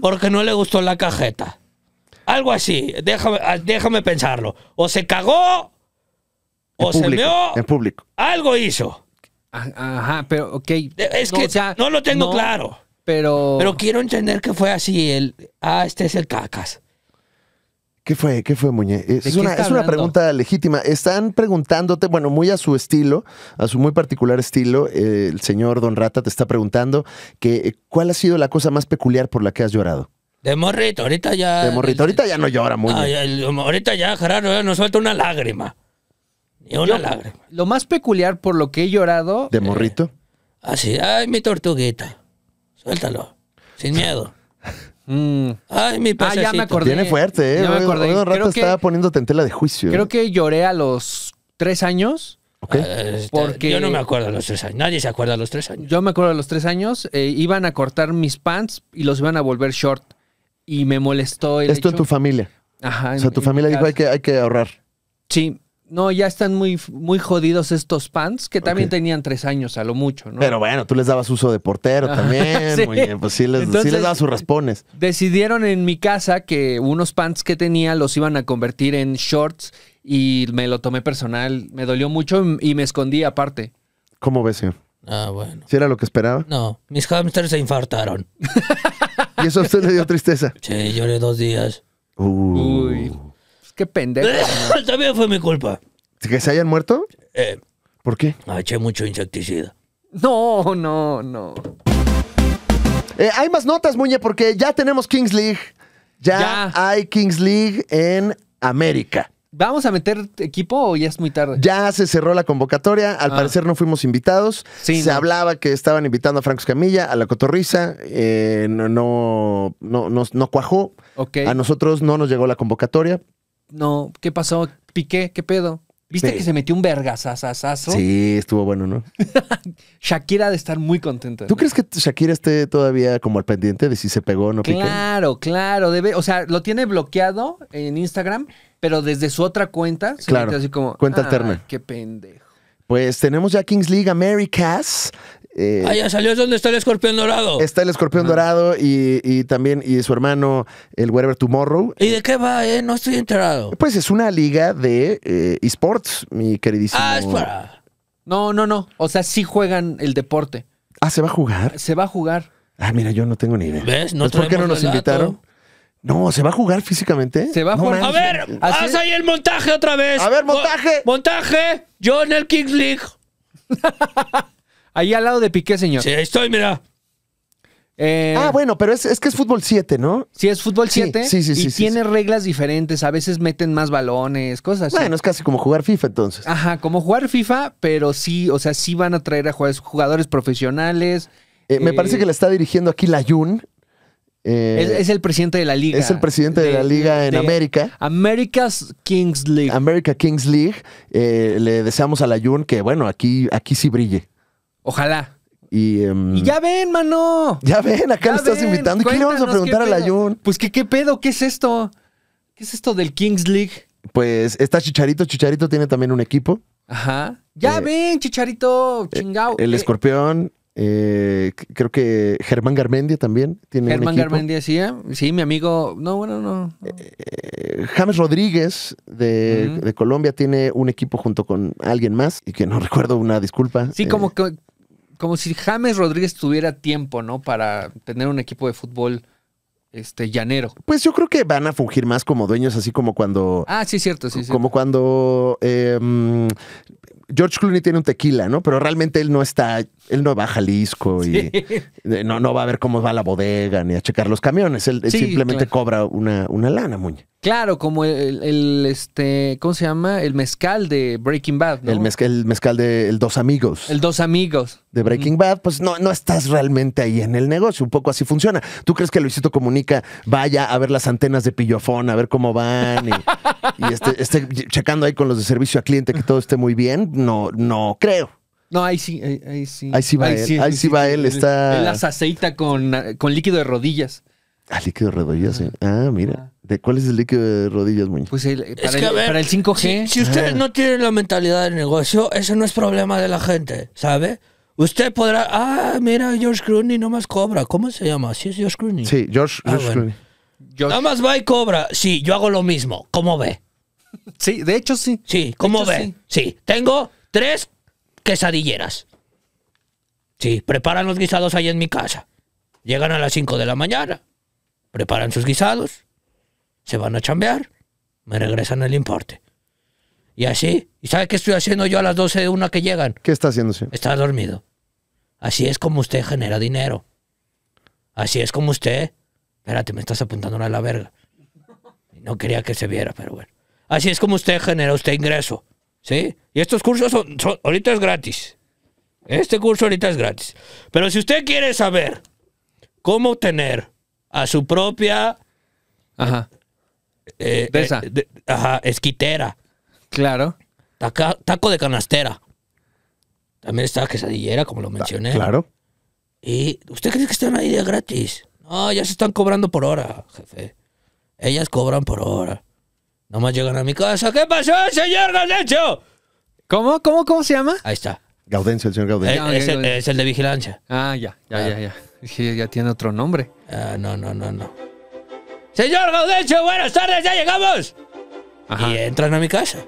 Speaker 1: porque no le gustó la cajeta. Algo así, déjame, ah, déjame pensarlo. O se cagó,
Speaker 2: en
Speaker 1: o se
Speaker 2: público,
Speaker 1: meó,
Speaker 2: en público.
Speaker 1: algo hizo.
Speaker 3: Ajá, ajá, pero ok.
Speaker 1: De- Eh, Es
Speaker 3: No,
Speaker 1: que
Speaker 3: o sea,
Speaker 1: no lo tengo
Speaker 3: no, Oh.
Speaker 1: claro,
Speaker 3: Pero,
Speaker 1: pero quiero entender que fue así el, ah, este es el cacas.
Speaker 2: ¿Qué fue? ¿Qué fue, Muñe? Es,
Speaker 3: ¿De
Speaker 2: es
Speaker 3: qué
Speaker 2: una,
Speaker 3: está
Speaker 2: es una
Speaker 3: hablando?
Speaker 2: pregunta legítima. Están preguntándote, bueno, muy a su estilo, a su muy particular estilo, eh, el señor Don Rata te está preguntando que eh, cuál ha sido la cosa más peculiar por la que has llorado.
Speaker 1: De morrito, ahorita ya.
Speaker 3: Ah,
Speaker 2: De
Speaker 3: este,
Speaker 2: morrito, ahorita ya no llora,
Speaker 1: Ah,
Speaker 2: Muñe.
Speaker 1: ya, el- ahorita ya, Gerardo, ya nos falta una lágrima. Ni una
Speaker 3: Yo-
Speaker 1: lágrima.
Speaker 3: Lo más peculiar por lo que he llorado,
Speaker 2: De morrito.
Speaker 3: Eh,
Speaker 1: Así, ay, mi tortuguita. Suéltalo. Sin miedo.
Speaker 3: mm,
Speaker 1: Ay, mi
Speaker 3: Ah,
Speaker 1: pececito.
Speaker 3: ya me acordé.
Speaker 2: Viene fuerte, ¿eh?
Speaker 3: Ya me
Speaker 2: Hoy-
Speaker 3: acordé.
Speaker 2: hoy Don Rata
Speaker 3: Creo que-
Speaker 2: está poniéndote en tela de juicio.
Speaker 3: creo
Speaker 2: ¿eh?
Speaker 3: que ah, lloré a los tres años.
Speaker 2: ¿Ok?
Speaker 1: Este,
Speaker 3: Porque-
Speaker 1: Yo no me acuerdo a los tres años. Nadie se acuerda a los tres años.
Speaker 3: Yo me acuerdo de los tres años, eh, iban a cortar mis pants y los iban a volver short. Y me molestó el
Speaker 2: Esto en
Speaker 3: hecho-
Speaker 2: tu familia.
Speaker 3: Ajá,
Speaker 2: O
Speaker 3: en-
Speaker 2: sea, tu
Speaker 3: en mi
Speaker 2: familia dijo
Speaker 3: casa.
Speaker 2: hay que, hay que ahorrar.
Speaker 3: Sí. No, ya están muy, muy jodidos estos pants, que también
Speaker 2: Ok.
Speaker 3: tenían tres años a lo mucho, ¿no?
Speaker 2: Pero bueno, tú les dabas uso de portero
Speaker 3: Ajá,
Speaker 2: también,
Speaker 3: sí.
Speaker 2: Muñe. Pues sí les, sí les
Speaker 3: Entonces-
Speaker 2: dabas sus raspones.
Speaker 3: Decidieron en mi casa que unos pants que tenía los iban a convertir en shorts y me lo tomé personal. Me dolió mucho y me escondí aparte.
Speaker 2: ¿Cómo ves, señor?
Speaker 1: Ah, bueno.
Speaker 2: ¿Sí era lo que esperaba?
Speaker 1: No, mis hamsters se infartaron.
Speaker 2: Y eso a usted le dio tristeza.
Speaker 1: Sí, lloré dos días.
Speaker 2: Uh.
Speaker 3: Uy. Pues, Qué pendejo.
Speaker 1: También fue mi culpa.
Speaker 2: ¿Que se hayan muerto?
Speaker 1: Eh,
Speaker 2: ¿Por qué?
Speaker 1: eché mucho insecticida.
Speaker 3: No, no, no.
Speaker 2: Eh, hay más notas, Muñe, porque ya tenemos Kings League. Ya,
Speaker 3: Ya.
Speaker 2: hay Kings League en América.
Speaker 3: ¿Vamos a meter equipo o ya es muy tarde?
Speaker 2: Ya se cerró la convocatoria. Al
Speaker 3: Ah.
Speaker 2: parecer no fuimos invitados.
Speaker 3: Sí,
Speaker 2: se
Speaker 3: no.
Speaker 2: hablaba que estaban invitando a Franco Camilla, a la Cotorriza. Eh, no, no, no, no- no cuajó.
Speaker 3: Ok.
Speaker 2: A nosotros Ah, no nos llegó la convocatoria.
Speaker 3: No, ¿qué pasó? Piqué, ¿qué pedo? ¿Viste
Speaker 2: Sí.
Speaker 3: que se metió un vergasasasazo?
Speaker 2: Sí, estuvo bueno, ¿no?
Speaker 3: Shakira ha de estar muy contenta.
Speaker 2: ¿Tú crees que Shakira esté todavía como al pendiente de si se pegó o no piqué?
Speaker 3: Claro, claro, debe, o sea, lo tiene bloqueado en Instagram, pero desde su otra cuenta, se
Speaker 2: Claro,
Speaker 3: mete así como
Speaker 2: cuenta
Speaker 3: "Ah,
Speaker 2: alterna".
Speaker 3: Qué pendejo.
Speaker 2: Pues tenemos ya Kings League Americas. Eh,
Speaker 1: Ah, ya salió, es donde está el escorpión dorado.
Speaker 2: Está el escorpión dorado y, y también y su hermano, el Wherever Tomorrow.
Speaker 1: ¿Y de qué va, eh? No estoy enterado.
Speaker 2: Pues es una liga de eh, esports, mi queridísimo.
Speaker 1: Ah, es para.
Speaker 3: No, no, no, o sea, sí juegan el deporte.
Speaker 2: Ah, ¿se va a jugar?
Speaker 3: Se va a jugar,
Speaker 2: Ah, mira, yo no tengo ni idea.
Speaker 1: ¿Ves? No
Speaker 2: Pues, ¿Por qué no
Speaker 1: traemos
Speaker 2: nos
Speaker 1: el dato.
Speaker 2: invitaron? No, ¿se va a jugar físicamente?
Speaker 3: Se va a
Speaker 2: No
Speaker 3: jugar.
Speaker 1: A
Speaker 2: manches.
Speaker 1: ver,
Speaker 3: Así-
Speaker 1: haz ahí el montaje otra vez.
Speaker 2: A ver,
Speaker 1: Mo-
Speaker 2: montaje.
Speaker 1: montaje, yo en el Kings League.
Speaker 3: ahí al lado de Piqué, señor.
Speaker 1: Sí, ahí estoy, mira.
Speaker 3: Eh,
Speaker 2: Ah, bueno, pero es, es que es fútbol 7, ¿no?
Speaker 3: Si es fútbol
Speaker 2: Sí,
Speaker 3: 7
Speaker 2: sí, sí,
Speaker 3: y
Speaker 2: sí, sí,
Speaker 3: tiene reglas diferentes, a veces meten más balones, cosas así.
Speaker 2: Bueno, es casi como jugar FIFA entonces.
Speaker 3: Ajá, como jugar FIFA, pero sí, o sea, sí van a traer a jugadores, jugadores profesionales.
Speaker 2: Eh, me
Speaker 3: Eh,
Speaker 2: parece que la está dirigiendo aquí la Yun. Eh,
Speaker 3: Es, es el presidente de la liga.
Speaker 2: es el presidente de la liga en América.
Speaker 3: America's Kings League.
Speaker 2: America Kings League. Eh, le deseamos a la Yun que, bueno, aquí, aquí sí brille.
Speaker 3: Ojalá.
Speaker 2: Y, em,
Speaker 3: Y ya ven, mano.
Speaker 2: Ya ven, acá
Speaker 3: Ya
Speaker 2: lo estás
Speaker 3: ven,
Speaker 2: invitando. ¿Y ¿Qué le vamos a
Speaker 3: cuéntanos
Speaker 2: preguntar a
Speaker 3: qué
Speaker 2: la
Speaker 3: pedo.
Speaker 2: Jun?
Speaker 3: Pues que qué pedo, ¿qué es esto? ¿Qué es esto del Kings League?
Speaker 2: Pues está Chicharito. Chicharito tiene también un equipo.
Speaker 3: Ajá. Ya
Speaker 2: Eh,
Speaker 3: ven, chicharito, chingao.
Speaker 2: El
Speaker 3: Eh,
Speaker 2: Escorpión. eh, c- creo que Germán Garmendia también tiene un
Speaker 3: Germán
Speaker 2: equipo.
Speaker 3: Garmendia, sí, ¿eh? Sí, mi amigo. No, bueno, no.
Speaker 2: Eh, James Rodríguez de,
Speaker 3: Ujú.
Speaker 2: de Colombia tiene un equipo junto con alguien más. Y que no recuerdo una disculpa.
Speaker 3: Sí,
Speaker 2: Eh,
Speaker 3: como que- como si James Rodríguez tuviera tiempo, ¿no? Para tener un equipo de fútbol este llanero.
Speaker 2: Pues yo creo que van a fungir más como dueños, así como cuando...
Speaker 3: Ah, sí, cierto, sí, sí.
Speaker 2: como cuando eh, mm, George Clooney tiene un tequila, ¿no? Pero realmente él no está, él no va a Jalisco y eh, no, no va a ver cómo va la bodega ni a checar los camiones. Él, él
Speaker 3: Sí,
Speaker 2: simplemente
Speaker 3: claro.
Speaker 2: cobra una, una lana, Muñe.
Speaker 3: Claro, como el, el, este, ¿cómo se llama? El mezcal de Breaking Bad, ¿no?
Speaker 2: El, mezcal, el mezcal de el Dos Amigos
Speaker 3: El dos amigos.
Speaker 2: de Breaking Bad, pues no, no estás realmente ahí en el negocio. Un poco así funciona. ¿Tú crees que Luisito Comunica vaya a ver las antenas de pillofón, a ver cómo van y, y esté, esté checando ahí con los de servicio a cliente que todo esté muy bien? No, no creo.
Speaker 3: No, ahí sí, ahí, ahí sí.
Speaker 2: Ahí sí va él, ahí sí va él, está-
Speaker 3: Él las aceita con, con líquido de rodillas.
Speaker 2: Ah, líquido de rodillas, sí. Ah, mira. ¿De cuál es el líquido de rodillas, Muñe?
Speaker 3: Pues el- para,
Speaker 1: Es que,
Speaker 3: el,
Speaker 1: a ver,
Speaker 3: para el
Speaker 1: Si,
Speaker 3: 5G.
Speaker 1: si ustedes no tienen la mentalidad del negocio, eso no es problema de la gente, ¿sabe? Usted podrá. Ah, mira, George Clooney no más cobra. ¿Cómo se llama? Sí, es George Clooney.
Speaker 2: Sí, George,
Speaker 1: Ah,
Speaker 2: George
Speaker 1: bueno.
Speaker 2: Clooney.
Speaker 3: Yo-
Speaker 1: Nada más va y cobra. Sí, yo hago lo mismo. ¿Cómo ve?
Speaker 3: sí, de hecho sí.
Speaker 1: Sí, ¿cómo
Speaker 3: hecho,
Speaker 1: ve? Sí. tengo tres quesadilleras. Sí, preparan los guisados ahí en mi casa. Llegan a las 5 de la mañana, preparan sus guisados, se van a chambear, me regresan el importe. Y así. ¿Y sabe qué estoy haciendo yo a las 12 de una que llegan?
Speaker 2: ¿Qué está haciendo, señor?
Speaker 1: Está dormido. Así es como usted genera dinero. Así es como usted. Espérate, me estás apuntando a la verga. No quería que se viera, pero bueno. Así es como usted genera usted ingreso. ¿Sí? Y estos cursos son, son- ahorita es gratis. Este curso ahorita es gratis. Pero si usted quiere saber cómo obtener a su propia
Speaker 3: Ajá.
Speaker 1: eh,
Speaker 3: De
Speaker 1: eh,
Speaker 3: esa.
Speaker 1: de- ajá, esquitera,
Speaker 3: Claro.
Speaker 1: taca- taco de canastera. También está quesadillera, como lo mencioné.
Speaker 2: Claro.
Speaker 1: ¿Y usted cree que están ahí de gratis? No, ya se están cobrando por hora, jefe. Ellas cobran por hora. Nomás llegan a mi casa. ¿Qué pasó, señor Galecho?
Speaker 3: ¿Cómo? ¿Cómo? ¿Cómo se llama?
Speaker 1: Ahí está.
Speaker 2: Gaudencio, el señor
Speaker 1: Eh,
Speaker 2: Gaudencio.
Speaker 3: Ya,
Speaker 1: es,
Speaker 3: ya,
Speaker 1: el,
Speaker 3: ya.
Speaker 1: es el de vigilancia.
Speaker 3: Ah, ya, ya, ya, ya. Sí, ya tiene otro nombre.
Speaker 1: Ah, no, no, no, no. Señor Gaudencio, buenas tardes, ya llegamos.
Speaker 3: Ajá.
Speaker 1: Y entran a mi casa.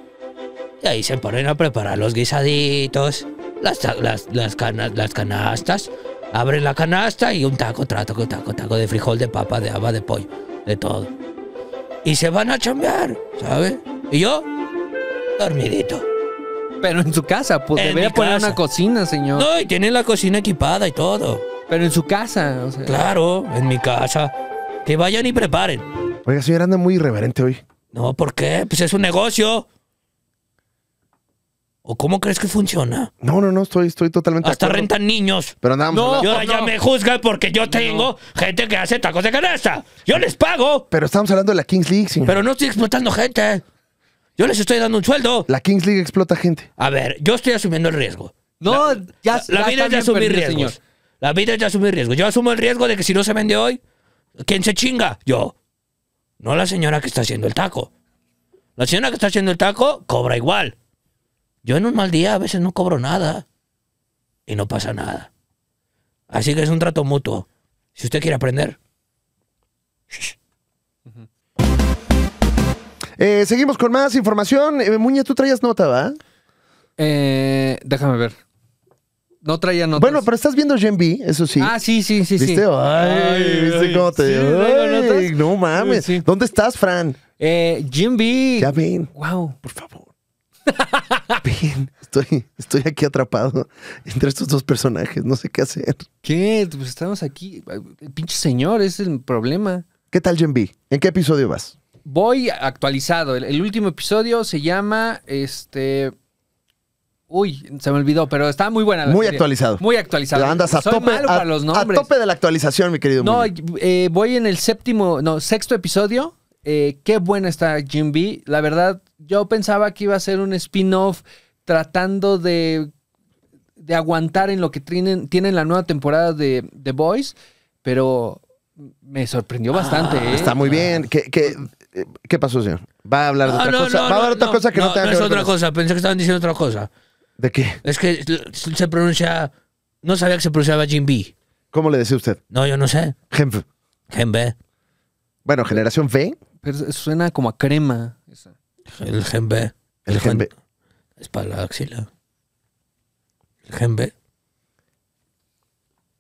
Speaker 1: Y ahí se ponen a preparar los guisaditos, las, ta- las, las, cana- las canastas. Abren la canasta y un taco, trato con taco, taco de frijol, de papa, de haba, de pollo, de todo. Y se van a chambear, ¿sabes? Y yo, dormidito.
Speaker 3: Pero en su casa, pues
Speaker 1: En
Speaker 3: debería
Speaker 1: mi
Speaker 3: poner
Speaker 1: casa.
Speaker 3: una cocina, señor.
Speaker 1: No, y tienen la cocina equipada y todo.
Speaker 3: Pero en su casa, o sea.
Speaker 1: Claro, en mi casa. Que vayan y preparen.
Speaker 3: Eh.
Speaker 2: Oiga, señor, anda muy irreverente hoy.
Speaker 1: No, ¿por qué? Pues es un negocio. ¿O cómo crees que funciona?
Speaker 2: No, no, no, estoy, estoy totalmente. de
Speaker 1: Hasta
Speaker 2: acuerdo.
Speaker 1: rentan niños.
Speaker 2: Pero andábamos
Speaker 3: No.
Speaker 2: hablando-
Speaker 1: Y ahora ya
Speaker 3: no.
Speaker 1: me juzgan porque yo tengo gente que hace tacos de canasta. Yo les pago,
Speaker 2: Pero estábamos hablando de la Kings League, señor.
Speaker 1: pero no estoy explotando gente. Yo les estoy dando un sueldo.
Speaker 2: La Kings League explota gente.
Speaker 1: A ver, yo estoy asumiendo el riesgo.
Speaker 3: No, ya
Speaker 1: La,
Speaker 3: ya
Speaker 1: vida
Speaker 3: está
Speaker 1: es de
Speaker 3: bien
Speaker 1: asumir
Speaker 3: perdido,
Speaker 1: riesgos. La vida es de asumir riesgos. Yo asumo el riesgo de que si no se vende hoy, ¿quién se chinga? Yo. No la señora que está haciendo el taco. La señora que está haciendo el taco cobra igual. Yo en un mal día a veces no cobro nada. Y no pasa nada. Así que es un trato mutuo. Si usted quiere aprender.
Speaker 2: Eh, seguimos con más información. Eh, Muñe, tú traías nota, ¿va?
Speaker 3: pues Eh, déjame ver. No traía notas.
Speaker 2: Bueno, pero estás viendo Gen B, eso sí.
Speaker 3: Ah, sí, sí, sí,
Speaker 2: ¿Viste?
Speaker 3: sí.
Speaker 2: Ay, ¿viste
Speaker 3: ay,
Speaker 2: cómo te
Speaker 3: sí, traigo
Speaker 2: Ay,
Speaker 3: notas.
Speaker 2: No mames.
Speaker 3: Sí.
Speaker 2: ¿Dónde estás, Fran?
Speaker 3: Eh, Jim B.
Speaker 2: Ya ven,
Speaker 3: Wow.
Speaker 2: por favor. Ven, estoy, estoy aquí atrapado entre estos dos personajes. No sé qué hacer.
Speaker 3: ¿Qué? Pues estamos aquí. El pinche señor es el problema.
Speaker 2: ¿Qué tal, Gen B? ¿En qué episodio vas?
Speaker 3: Voy actualizado. El, el último episodio se llama este. Uy, se me olvidó, pero está muy buena. La
Speaker 2: Muy
Speaker 3: serie.
Speaker 2: actualizado.
Speaker 3: Muy actualizado.
Speaker 2: Andas a
Speaker 3: Soy
Speaker 2: tope,
Speaker 3: malo
Speaker 2: a,
Speaker 3: para los
Speaker 2: a
Speaker 3: nombres.
Speaker 2: tope de la actualización, mi querido.
Speaker 3: No,
Speaker 2: Muñe.
Speaker 3: eh, voy en el séptimo, no, sexto episodio. Eh, qué buena está Jim B. La verdad, yo pensaba que iba a ser un spin-off tratando de, de aguantar en lo que tienen, tienen la nueva temporada de The Boys, pero me sorprendió bastante. ¿eh?
Speaker 2: Ah, Está muy bien. ¿Qué, qué, eh, qué pasó, señor? ¿Va a hablar de
Speaker 1: Ah,
Speaker 2: otra
Speaker 1: no,
Speaker 2: cosa?
Speaker 1: no,
Speaker 2: ¿Va a
Speaker 1: no,
Speaker 2: hablar de otra cosa que no, tenga que
Speaker 1: es
Speaker 2: ver con
Speaker 1: otra
Speaker 2: eso?
Speaker 1: cosa. Pensé que estaban diciendo otra cosa.
Speaker 2: ¿De qué?
Speaker 1: Es que se pronuncia. No sabía que se pronunciaba Jim B.
Speaker 2: ¿Cómo le decía usted?
Speaker 1: No, yo no sé.
Speaker 2: Gen
Speaker 1: Gen B.
Speaker 2: Bueno, generación V.
Speaker 3: Pero suena como a crema.
Speaker 1: El Gen B.
Speaker 2: El Gen B.
Speaker 1: Es para la axila. El Gen B.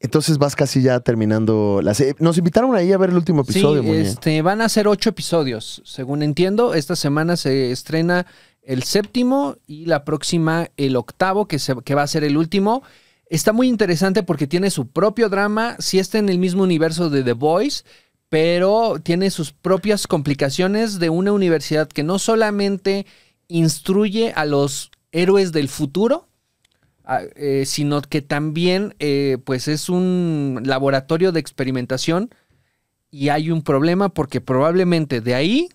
Speaker 2: Entonces vas casi ya terminando la serie. Nos invitaron ahí a ver el último episodio,
Speaker 3: sí,
Speaker 2: Muñe.
Speaker 3: este, van a ser ocho episodios, según entiendo. Esta semana se estrena el séptimo y la próxima el octavo, que, se- que va a ser el último. Está muy interesante porque tiene su propio drama, sí está en el mismo universo de The Voice, pero tiene sus propias complicaciones de una universidad que no solamente instruye a los héroes del futuro, a- eh, sino que también eh, pues es un laboratorio de experimentación y hay un problema porque probablemente de ahí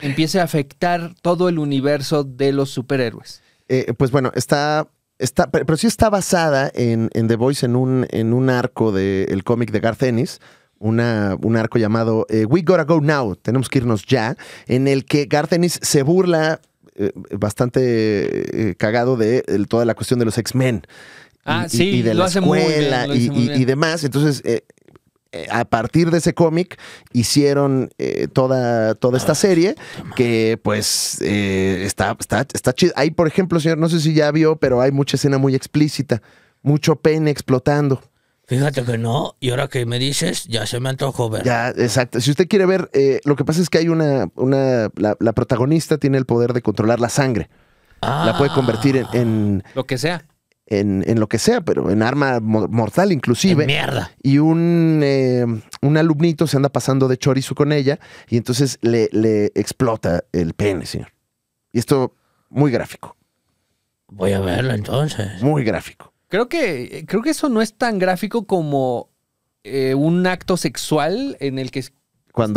Speaker 3: empiece a afectar todo el universo de los superhéroes.
Speaker 2: Eh, pues bueno, está, está, pe- pero sí está basada en, en The Voice en un, en un arco del cómic de Garth Ennis. Una, un arco llamado eh, We Gotta Go Now, tenemos que irnos ya, en el que Garth Ennis se burla eh, bastante eh, cagado de eh, toda la cuestión de los X-Men.
Speaker 3: Ah,
Speaker 2: y-
Speaker 3: sí,
Speaker 2: y de
Speaker 3: lo
Speaker 2: la
Speaker 3: hace muy bien,
Speaker 2: escuela
Speaker 3: lo hace
Speaker 2: y-
Speaker 3: muy
Speaker 2: y-
Speaker 3: bien.
Speaker 2: y demás. Entonces, eh, eh, a partir de ese cómic, hicieron eh, toda, toda esta serie que, pues, eh, está, está, está chida. Hay, por ejemplo, señor, no sé si ya vio, pero hay mucha escena muy explícita, mucho pene explotando.
Speaker 1: Fíjate que no, y ahora que me dices, ya se me antojó ver.
Speaker 2: Ya, exacto. Si usted quiere ver, eh, lo que pasa es que hay una, una la, la protagonista tiene el poder de controlar la sangre.
Speaker 1: Ah,
Speaker 2: La puede convertir en, en,
Speaker 3: Lo que sea.
Speaker 2: en- en lo que sea, pero en arma mo- mortal inclusive.
Speaker 1: en mierda.
Speaker 2: y un, eh, un alumnito se anda pasando de chorizo con ella y entonces le, le explota el pene, señor. Y esto muy gráfico,
Speaker 1: Voy a verla entonces.
Speaker 2: muy gráfico.
Speaker 3: Creo que, creo que eso no es tan gráfico como eh, un acto sexual en el que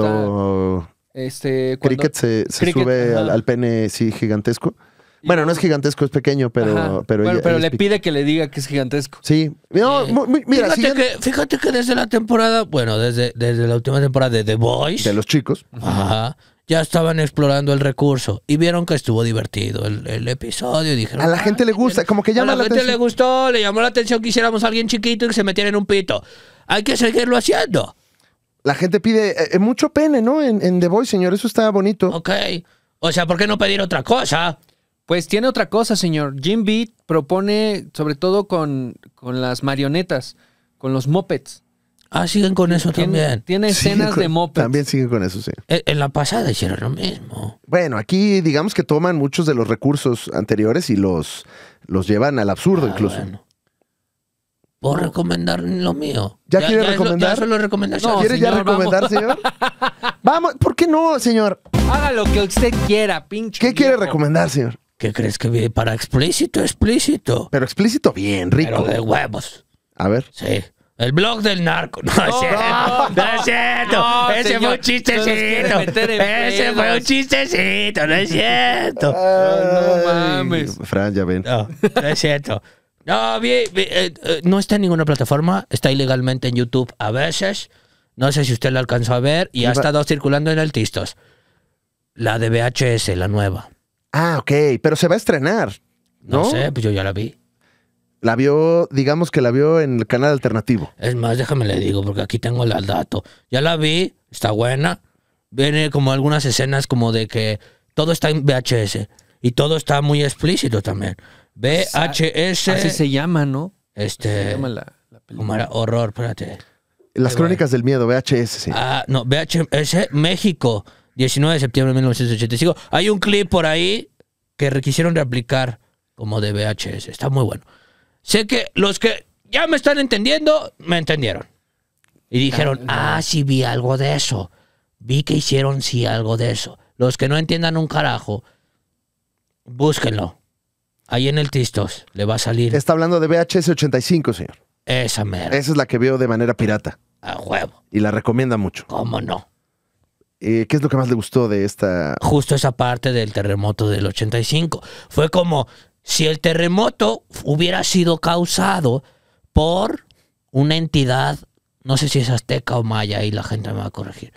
Speaker 2: Cuando
Speaker 3: este cuando-
Speaker 2: Cricket se, se
Speaker 3: Cricket,
Speaker 2: sube al,
Speaker 3: ajá.
Speaker 2: al pene, sí, gigantesco. Bueno, no es gigantesco, es pequeño, pero...
Speaker 3: Ajá.
Speaker 2: Pero,
Speaker 3: Bueno,
Speaker 2: ella-
Speaker 3: pero
Speaker 2: ella
Speaker 3: le
Speaker 2: es pi-
Speaker 3: pide que le diga que es gigantesco.
Speaker 2: Sí. No,
Speaker 1: Sí.
Speaker 2: mu- mu- mira,
Speaker 1: fíjate,
Speaker 2: siguiendo-
Speaker 1: que, fíjate que desde la temporada, bueno, desde, desde la última temporada de The Boys,
Speaker 2: de los chicos.
Speaker 1: ajá, ya estaban explorando el recurso y vieron que estuvo divertido el, el episodio. y dijeron,
Speaker 2: A la
Speaker 1: "Ah,
Speaker 2: gente le gusta, como que
Speaker 1: a
Speaker 2: llama
Speaker 1: la,
Speaker 2: la,
Speaker 1: gente le
Speaker 2: atención.
Speaker 1: gustó, le llamó la atención que hiciéramos a alguien chiquito y que se metiera en un pito. Hay que seguirlo haciendo.
Speaker 2: La gente pide eh, eh, mucho pene, ¿no? En, en The Voice, señor, eso está bonito.
Speaker 1: Ok. O sea, ¿por qué no pedir otra cosa?
Speaker 3: Pues tiene otra cosa, señor. Jim Beat propone, sobre todo con, con las marionetas, con los mopeds.
Speaker 1: Ah, siguen con eso
Speaker 3: Tiene,
Speaker 1: también.
Speaker 3: tiene
Speaker 2: Sigue
Speaker 3: escenas
Speaker 2: con-
Speaker 3: de mopeds.
Speaker 2: También siguen con eso, sí.
Speaker 1: En en la pasada hicieron lo mismo.
Speaker 2: Bueno, aquí digamos que toman muchos de los recursos anteriores y los, los llevan al absurdo
Speaker 1: Ah,
Speaker 2: incluso.
Speaker 1: bueno. Por recomendar lo mío.
Speaker 2: ¿Ya quiere
Speaker 1: es lo-
Speaker 2: recomendar?
Speaker 1: ya solo recomendación.
Speaker 3: No,
Speaker 2: ¿Quiere ya
Speaker 3: Oh, señor,
Speaker 2: recomendar,
Speaker 3: vamos.
Speaker 2: señor? Vamos, ¿por qué no, señor?
Speaker 3: Haga lo que usted quiera, pinche.
Speaker 2: ¿Qué quiere
Speaker 3: viejo.
Speaker 2: recomendar, señor?
Speaker 1: ¿Qué crees que vi? Para explícito, explícito.
Speaker 2: Pero explícito, bien, rico.
Speaker 1: Pero de huevos.
Speaker 2: A ver.
Speaker 1: Sí. El blog del narco. No, es cierto. No, es cierto.
Speaker 3: no,
Speaker 1: Ese fue
Speaker 3: señor.
Speaker 1: un
Speaker 3: No nos quiere
Speaker 1: chistecito.
Speaker 3: meter en
Speaker 1: Ese fue un
Speaker 3: pedos.
Speaker 1: chistecito. No es cierto.
Speaker 3: no
Speaker 2: Ay,
Speaker 3: mames.
Speaker 2: Fran, ya ven.
Speaker 1: No, no es cierto. No, vi- vi- eh, eh, no está en ninguna plataforma, está ilegalmente en YouTube a veces. No sé si usted la alcanzó a ver y ha
Speaker 2: Iba-
Speaker 1: estado circulando en el Tistos. La de VHS, la nueva.
Speaker 2: Ah, ok, pero se va a estrenar.
Speaker 1: No,
Speaker 2: ¿No?
Speaker 1: sé, pues yo ya la vi.
Speaker 2: La vio, digamos que la vio en el canal alternativo.
Speaker 1: Es más, déjame le digo, porque aquí tengo el dato. Ya la vi, está buena. Viene como algunas escenas como de que todo está en VHS y todo está muy explícito también. VHS.
Speaker 3: Así se llama, ¿no?
Speaker 1: este.
Speaker 3: Se llama la, la película.
Speaker 1: ¿cómo era? Horror, espérate.
Speaker 2: Las crónicas del miedo, VHS, sí.
Speaker 1: Ah, no, VHS México, 19 de septiembre de 1985. Hay un clip por ahí que re- quisieron reaplicar como de VHS. Está muy bueno. Sé que los que ya me están entendiendo, me entendieron. Y dijeron, ah, sí vi algo de eso. Vi que hicieron sí algo de eso. Los que no entiendan un carajo, búsquenlo. Ahí en el Tistos le va a salir
Speaker 2: Está hablando de VHS 85, señor.
Speaker 1: esa merda.
Speaker 2: Esa es la que vio de manera pirata
Speaker 1: A huevo,
Speaker 2: y la recomienda mucho.
Speaker 1: cómo no.
Speaker 2: Eh, ¿Qué es lo que más le gustó de esta
Speaker 1: justo esa parte del terremoto del 85. Fue como si el terremoto hubiera sido causado por una entidad, no sé si es azteca o maya, y la gente me va a corregir,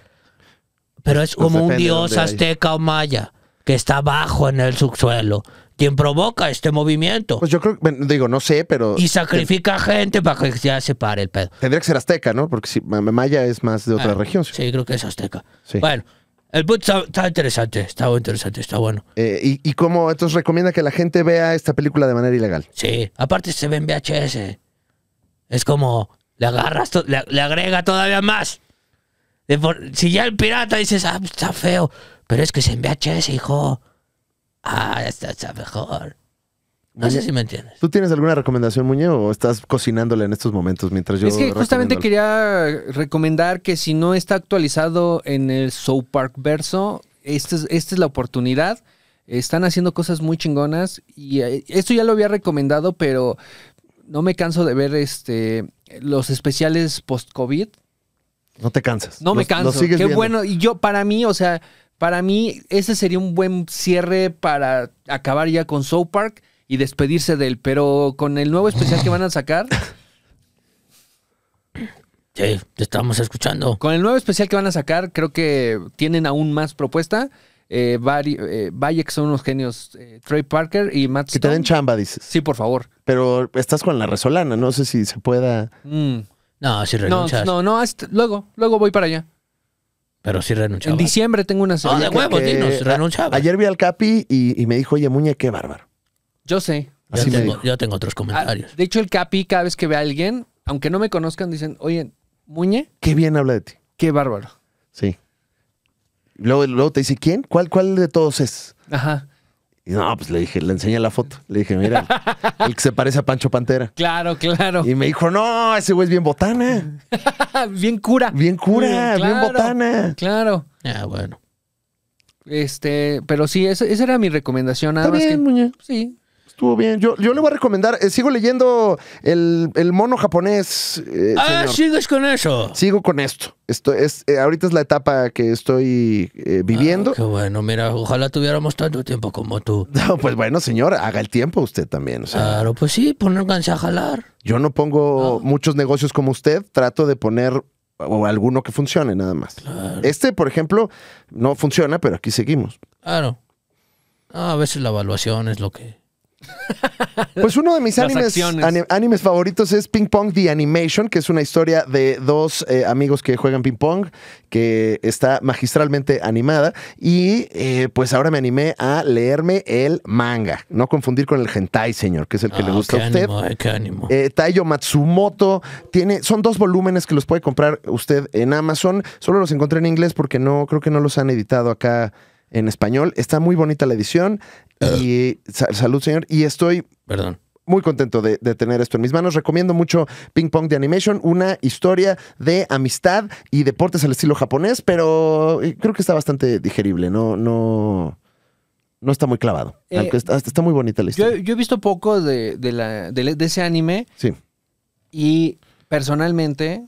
Speaker 1: pero es
Speaker 2: Pues
Speaker 1: como un
Speaker 2: depende de
Speaker 1: dios
Speaker 2: dónde hay.
Speaker 1: azteca o maya que está abajo en el subsuelo, quien provoca este movimiento
Speaker 2: Pues yo creo, bueno, digo, no sé, pero
Speaker 1: y sacrifica gente para que ya se pare el pedo.
Speaker 2: tendría que ser azteca, ¿no? Porque si ma- Maya es más de otra
Speaker 1: Ah,
Speaker 2: región. sí.
Speaker 1: Sí, creo que es azteca.
Speaker 2: Sí.
Speaker 1: Bueno, el punto está, está interesante, está interesante, está bueno.
Speaker 2: Eh, y, y cómo entonces recomienda que la gente vea esta película de manera ilegal?
Speaker 1: Sí, aparte se ve en VHS. Es como, le agarras, to- le, le agrega todavía más. De por- si ya el pirata dices, ah, pues, está feo, pero es que es en VHS, hijo. Ah, está, está mejor. No sé si me entiendes.
Speaker 2: ¿Tú tienes alguna recomendación, Muñe, o estás cocinándole en estos momentos mientras yo...
Speaker 3: es que justamente
Speaker 2: recomiendo
Speaker 3: quería recomendar que si no está actualizado en el South Park verso, esta es, esta es la oportunidad. Están haciendo cosas muy chingonas y eh, esto ya lo había recomendado, pero no me canso de ver este los especiales post-COVID.
Speaker 2: algo? No te cansas.
Speaker 3: No me
Speaker 2: Los-
Speaker 3: canso.
Speaker 2: los sigues
Speaker 3: Qué
Speaker 2: viendo.
Speaker 3: bueno. Y yo, para mí, o sea, para mí, ese sería un buen cierre para acabar ya con South Park y despedirse de él. Pero con el nuevo especial que van a sacar,
Speaker 1: Sí, te estamos escuchando.
Speaker 3: con el nuevo especial que van a sacar, creo que tienen aún más propuesta. Eh, Vari- eh, Bayek son unos genios. eh, Trey Parker y Matt
Speaker 2: Que te
Speaker 3: Stone.
Speaker 2: den chamba, dices.
Speaker 3: Sí, por favor.
Speaker 2: Pero estás con la resolana, no sé si se pueda...
Speaker 3: Mm.
Speaker 1: No, sí
Speaker 3: No,
Speaker 1: renuncias.
Speaker 3: no, no. hasta- luego, luego voy para allá.
Speaker 1: Pero sí renuncias.
Speaker 3: En diciembre tengo una serie.
Speaker 1: Ah, de
Speaker 2: Que-
Speaker 1: huevos,
Speaker 2: que-
Speaker 1: dinos, renunciaba.
Speaker 2: Ayer vi al Capi y, y me dijo, oye, Muñe, qué bárbaro.
Speaker 3: Yo sé.
Speaker 1: Yo
Speaker 2: Así me
Speaker 1: tengo,
Speaker 2: dijo.
Speaker 1: yo tengo otros
Speaker 3: Ah,
Speaker 1: comentarios.
Speaker 3: de hecho, el Capi, cada vez que ve a alguien, aunque no me conozcan, dicen, oye, Muñe,
Speaker 2: Qué bien habla de ti.
Speaker 3: qué bárbaro.
Speaker 2: Sí. Luego, luego te dice, ¿quién? ¿Cuál, ¿Cuál de todos es?
Speaker 3: Ajá.
Speaker 2: Y no, pues le dije, le enseñé la foto. Le dije, mira, el, el que se parece a Pancho Pantera.
Speaker 3: Claro, claro.
Speaker 2: Y me dijo, no, ese güey es bien botana.
Speaker 3: bien cura.
Speaker 2: Bien cura,
Speaker 3: Mm,
Speaker 2: bien botana.
Speaker 3: Claro.
Speaker 1: Ah, bueno.
Speaker 3: Este, pero sí, eso- esa era mi recomendación. Nada
Speaker 2: Está
Speaker 3: más
Speaker 2: bien,
Speaker 3: que-
Speaker 2: Muñe.
Speaker 3: Sí.
Speaker 2: Estuvo bien. Yo, yo le voy a recomendar, eh, sigo leyendo el, el mono japonés. eh,
Speaker 1: Ah,
Speaker 2: señor.
Speaker 1: sigues con eso.
Speaker 2: Sigo con esto. esto es, eh, ahorita es la etapa que estoy eh, viviendo.
Speaker 1: Ah, qué bueno, mira, ojalá tuviéramos tanto tiempo como tú.
Speaker 2: No, pues bueno, señor, haga el tiempo usted también. o sea,
Speaker 1: Claro, pues sí, ponerse a jalar.
Speaker 2: yo no pongo muchos negocios como usted, trato de poner o alguno que funcione nada más. Este, por ejemplo, no funciona, pero aquí seguimos.
Speaker 1: Claro. Ah, a veces la evaluación es lo que.
Speaker 2: Pues uno de mis
Speaker 3: Las
Speaker 2: animes,
Speaker 3: acciones.
Speaker 2: ani- animes favoritos es Ping Pong The Animation, que es una historia de dos eh, amigos que juegan ping pong, que está magistralmente animada. Y eh, pues ahora me animé a leerme el manga. No confundir con el hentai, señor, que es el que le
Speaker 1: Ah,
Speaker 2: gusta
Speaker 1: qué
Speaker 2: a usted.
Speaker 1: ánimo, ay, qué ánimo.
Speaker 2: Eh, Taiyo Matsumoto tiene, son dos volúmenes que los puede comprar usted en Amazon. Solo los encontré en inglés porque no creo que no los han editado acá en español. Está muy bonita la edición. Y sa- salud, señor. Y estoy
Speaker 1: Perdón.
Speaker 2: muy contento de, de tener esto en mis manos. Recomiendo mucho Ping Pong de Animation, una historia de amistad y deportes al estilo japonés, pero eh, creo que está bastante digerible, no, no, no está muy clavado.
Speaker 3: Eh,
Speaker 2: Aunque está, está muy bonita la
Speaker 3: Yo,
Speaker 2: historia.
Speaker 3: yo he visto poco de, de la, de, de ese anime
Speaker 2: Sí.
Speaker 3: y personalmente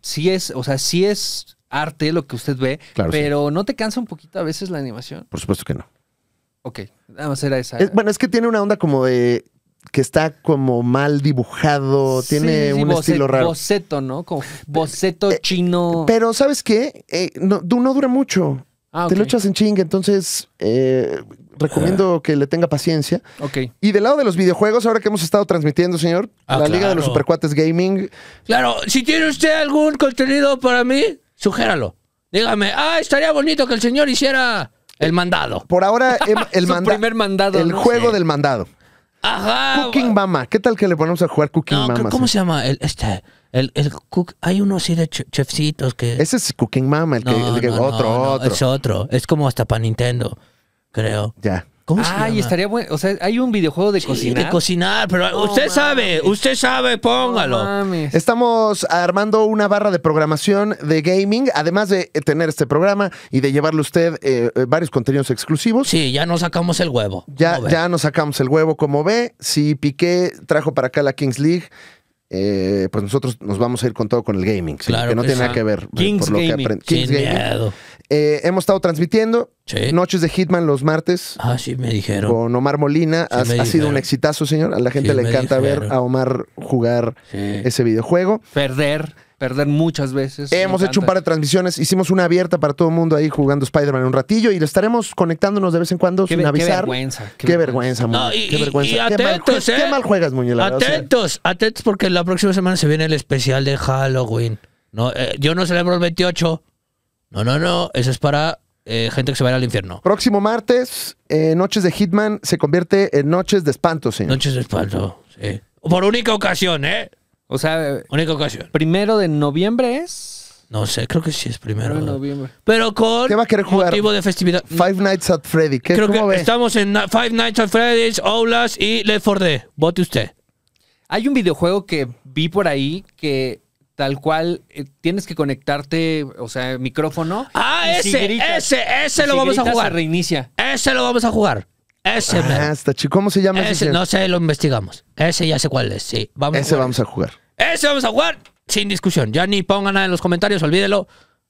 Speaker 3: sí es, o sea, sí es arte lo que usted ve,
Speaker 2: Claro, sí.
Speaker 3: pero ¿no te cansa un poquito a veces la animación?
Speaker 2: Por supuesto que no.
Speaker 3: Ok, nada más era esa.
Speaker 2: Es- bueno, es que tiene una onda como de que está como mal dibujado,
Speaker 3: Sí,
Speaker 2: tiene
Speaker 3: sí,
Speaker 2: un
Speaker 3: boce-
Speaker 2: estilo raro. Eh,
Speaker 3: Boceto, ¿no? Como boceto chino.
Speaker 2: Pero, ¿sabes qué? Eh, no, du- no dura mucho.
Speaker 3: Ah,
Speaker 2: Te lo
Speaker 3: ok.
Speaker 2: echas en chinga, entonces eh, recomiendo que le tenga paciencia.
Speaker 3: Ok.
Speaker 2: Y del lado de los videojuegos, ahora que hemos estado transmitiendo, señor,
Speaker 1: Ah,
Speaker 2: la Liga de
Speaker 1: claro.
Speaker 2: los Supercuates Gaming,
Speaker 1: Claro, si tiene usted algún contenido para mí, sugéralo. Dígame, ah, estaría bonito que el señor hiciera el mandado.
Speaker 2: por ahora em- el
Speaker 3: Su
Speaker 2: manda-
Speaker 3: primer mandado,
Speaker 2: el
Speaker 3: ¿no? Ah,
Speaker 2: juego
Speaker 1: Sí.
Speaker 2: del mandado.
Speaker 1: Ajá.
Speaker 2: Cooking Mama, ¿qué tal que le ponemos a jugar Cooking
Speaker 1: No,
Speaker 2: Mama?
Speaker 1: ¿Cómo
Speaker 2: sí?
Speaker 1: se llama? El, este, el, el cook. Hay uno así de che- chefcitos que.
Speaker 2: Ese es Cooking Mama, el que, el que-
Speaker 1: no,
Speaker 2: otro,
Speaker 1: no, no,
Speaker 2: otro.
Speaker 1: Es otro. Es como hasta para Nintendo, creo.
Speaker 2: Ya.
Speaker 1: ¿Cómo se llama?
Speaker 3: Ah, y estaría bueno. O sea, hay un videojuego de
Speaker 1: Sí,
Speaker 3: cocinar.
Speaker 1: de cocinar, pero usted sabe, usted sabe, póngalo.
Speaker 3: No mames.
Speaker 2: Estamos armando una barra de programación de gaming, además de eh, tener este programa y de llevarle a usted eh, eh, varios contenidos exclusivos.
Speaker 1: sí, ya no sacamos el huevo.
Speaker 2: Ya,
Speaker 1: ¿Cómo ve?
Speaker 2: ya nos sacamos el huevo, como ve. Si Piqué trajo para acá la Kings League, eh, pues nosotros nos vamos a ir con todo con el gaming. ¿sí?
Speaker 1: Claro
Speaker 2: que no
Speaker 1: que
Speaker 2: tiene
Speaker 1: sí.
Speaker 2: nada que ver eh,
Speaker 3: Kings
Speaker 2: por lo que
Speaker 3: Gaming.
Speaker 2: aprend-
Speaker 1: Sin Eh.
Speaker 2: Kings Gaming.
Speaker 1: miedo.
Speaker 2: Eh, hemos estado transmitiendo
Speaker 1: Sí.
Speaker 2: Noches de Hitman los martes
Speaker 1: Ah, sí, me dijeron.
Speaker 2: con Omar Molina.
Speaker 1: Sí,
Speaker 2: ha,
Speaker 1: me
Speaker 2: ha sido
Speaker 1: dijeron.
Speaker 2: un exitazo, señor. A la gente
Speaker 1: Sí,
Speaker 2: le
Speaker 1: me
Speaker 2: encanta ver
Speaker 1: dijeron.
Speaker 2: a Omar jugar
Speaker 1: Sí.
Speaker 2: ese videojuego.
Speaker 3: Perder, perder muchas veces.
Speaker 2: Hemos
Speaker 3: Me
Speaker 2: hecho un
Speaker 3: encanta.
Speaker 2: par de transmisiones, hicimos una abierta para todo el mundo ahí jugando Spider-Man un ratillo y lo estaremos conectándonos de vez en cuando
Speaker 3: Qué,
Speaker 2: sin
Speaker 3: ve- qué
Speaker 2: avisar.
Speaker 3: vergüenza.
Speaker 2: Qué, vergüenza, Muñe,
Speaker 1: No, y-
Speaker 2: qué
Speaker 1: y-
Speaker 2: vergüenza.
Speaker 1: y
Speaker 2: qué, mal jue-
Speaker 1: atentos, ¿eh?
Speaker 2: qué mal juegas, Muñe, la verdad, o sea,
Speaker 1: Atentos, atentos, porque la próxima semana se viene el especial de Halloween. No, eh, yo no celebro el 28. No, no, no. Eso es para eh, gente que se va a ir al infierno.
Speaker 2: Próximo martes, eh, Noches de Hitman se convierte en Noches de Espanto, señor.
Speaker 1: Noches de espanto. Sí. Por única ocasión, ¿eh?
Speaker 3: O sea,
Speaker 1: Única ocasión.
Speaker 3: primero de noviembre es.
Speaker 1: No sé, creo que sí es primero.
Speaker 3: Primero de noviembre.
Speaker 1: Pero con
Speaker 2: ¿Qué va a querer jugar?
Speaker 1: motivo de festividad.
Speaker 2: Five Nights at Freddy. ¿Qué,
Speaker 1: Creo que
Speaker 2: ¿Cómo ve?
Speaker 1: estamos en na- Five Nights at Freddy's, Oulas y Left 4 Dead. Vote usted.
Speaker 3: Hay un videojuego que vi por ahí que tal cual eh, tienes que conectarte, o sea, micrófono.
Speaker 1: Ah,
Speaker 3: y si
Speaker 1: ese,
Speaker 3: gritas-
Speaker 1: ese, ese
Speaker 3: y
Speaker 1: lo
Speaker 3: si
Speaker 1: vamos a
Speaker 3: gritas,
Speaker 1: jugar.
Speaker 3: se reinicia.
Speaker 1: Ese lo vamos a jugar. Ese,
Speaker 2: Ah,
Speaker 1: mero.
Speaker 2: está chido. ¿Cómo se llama ese?
Speaker 1: Ese,
Speaker 2: señor?
Speaker 1: no sé, lo investigamos. Ese ya sé cuál es, sí. Vamos
Speaker 2: ese
Speaker 1: a jugar.
Speaker 2: vamos a jugar.
Speaker 1: Ese vamos a jugar sin discusión. Ya ni pongan nada en los comentarios, olvídelo.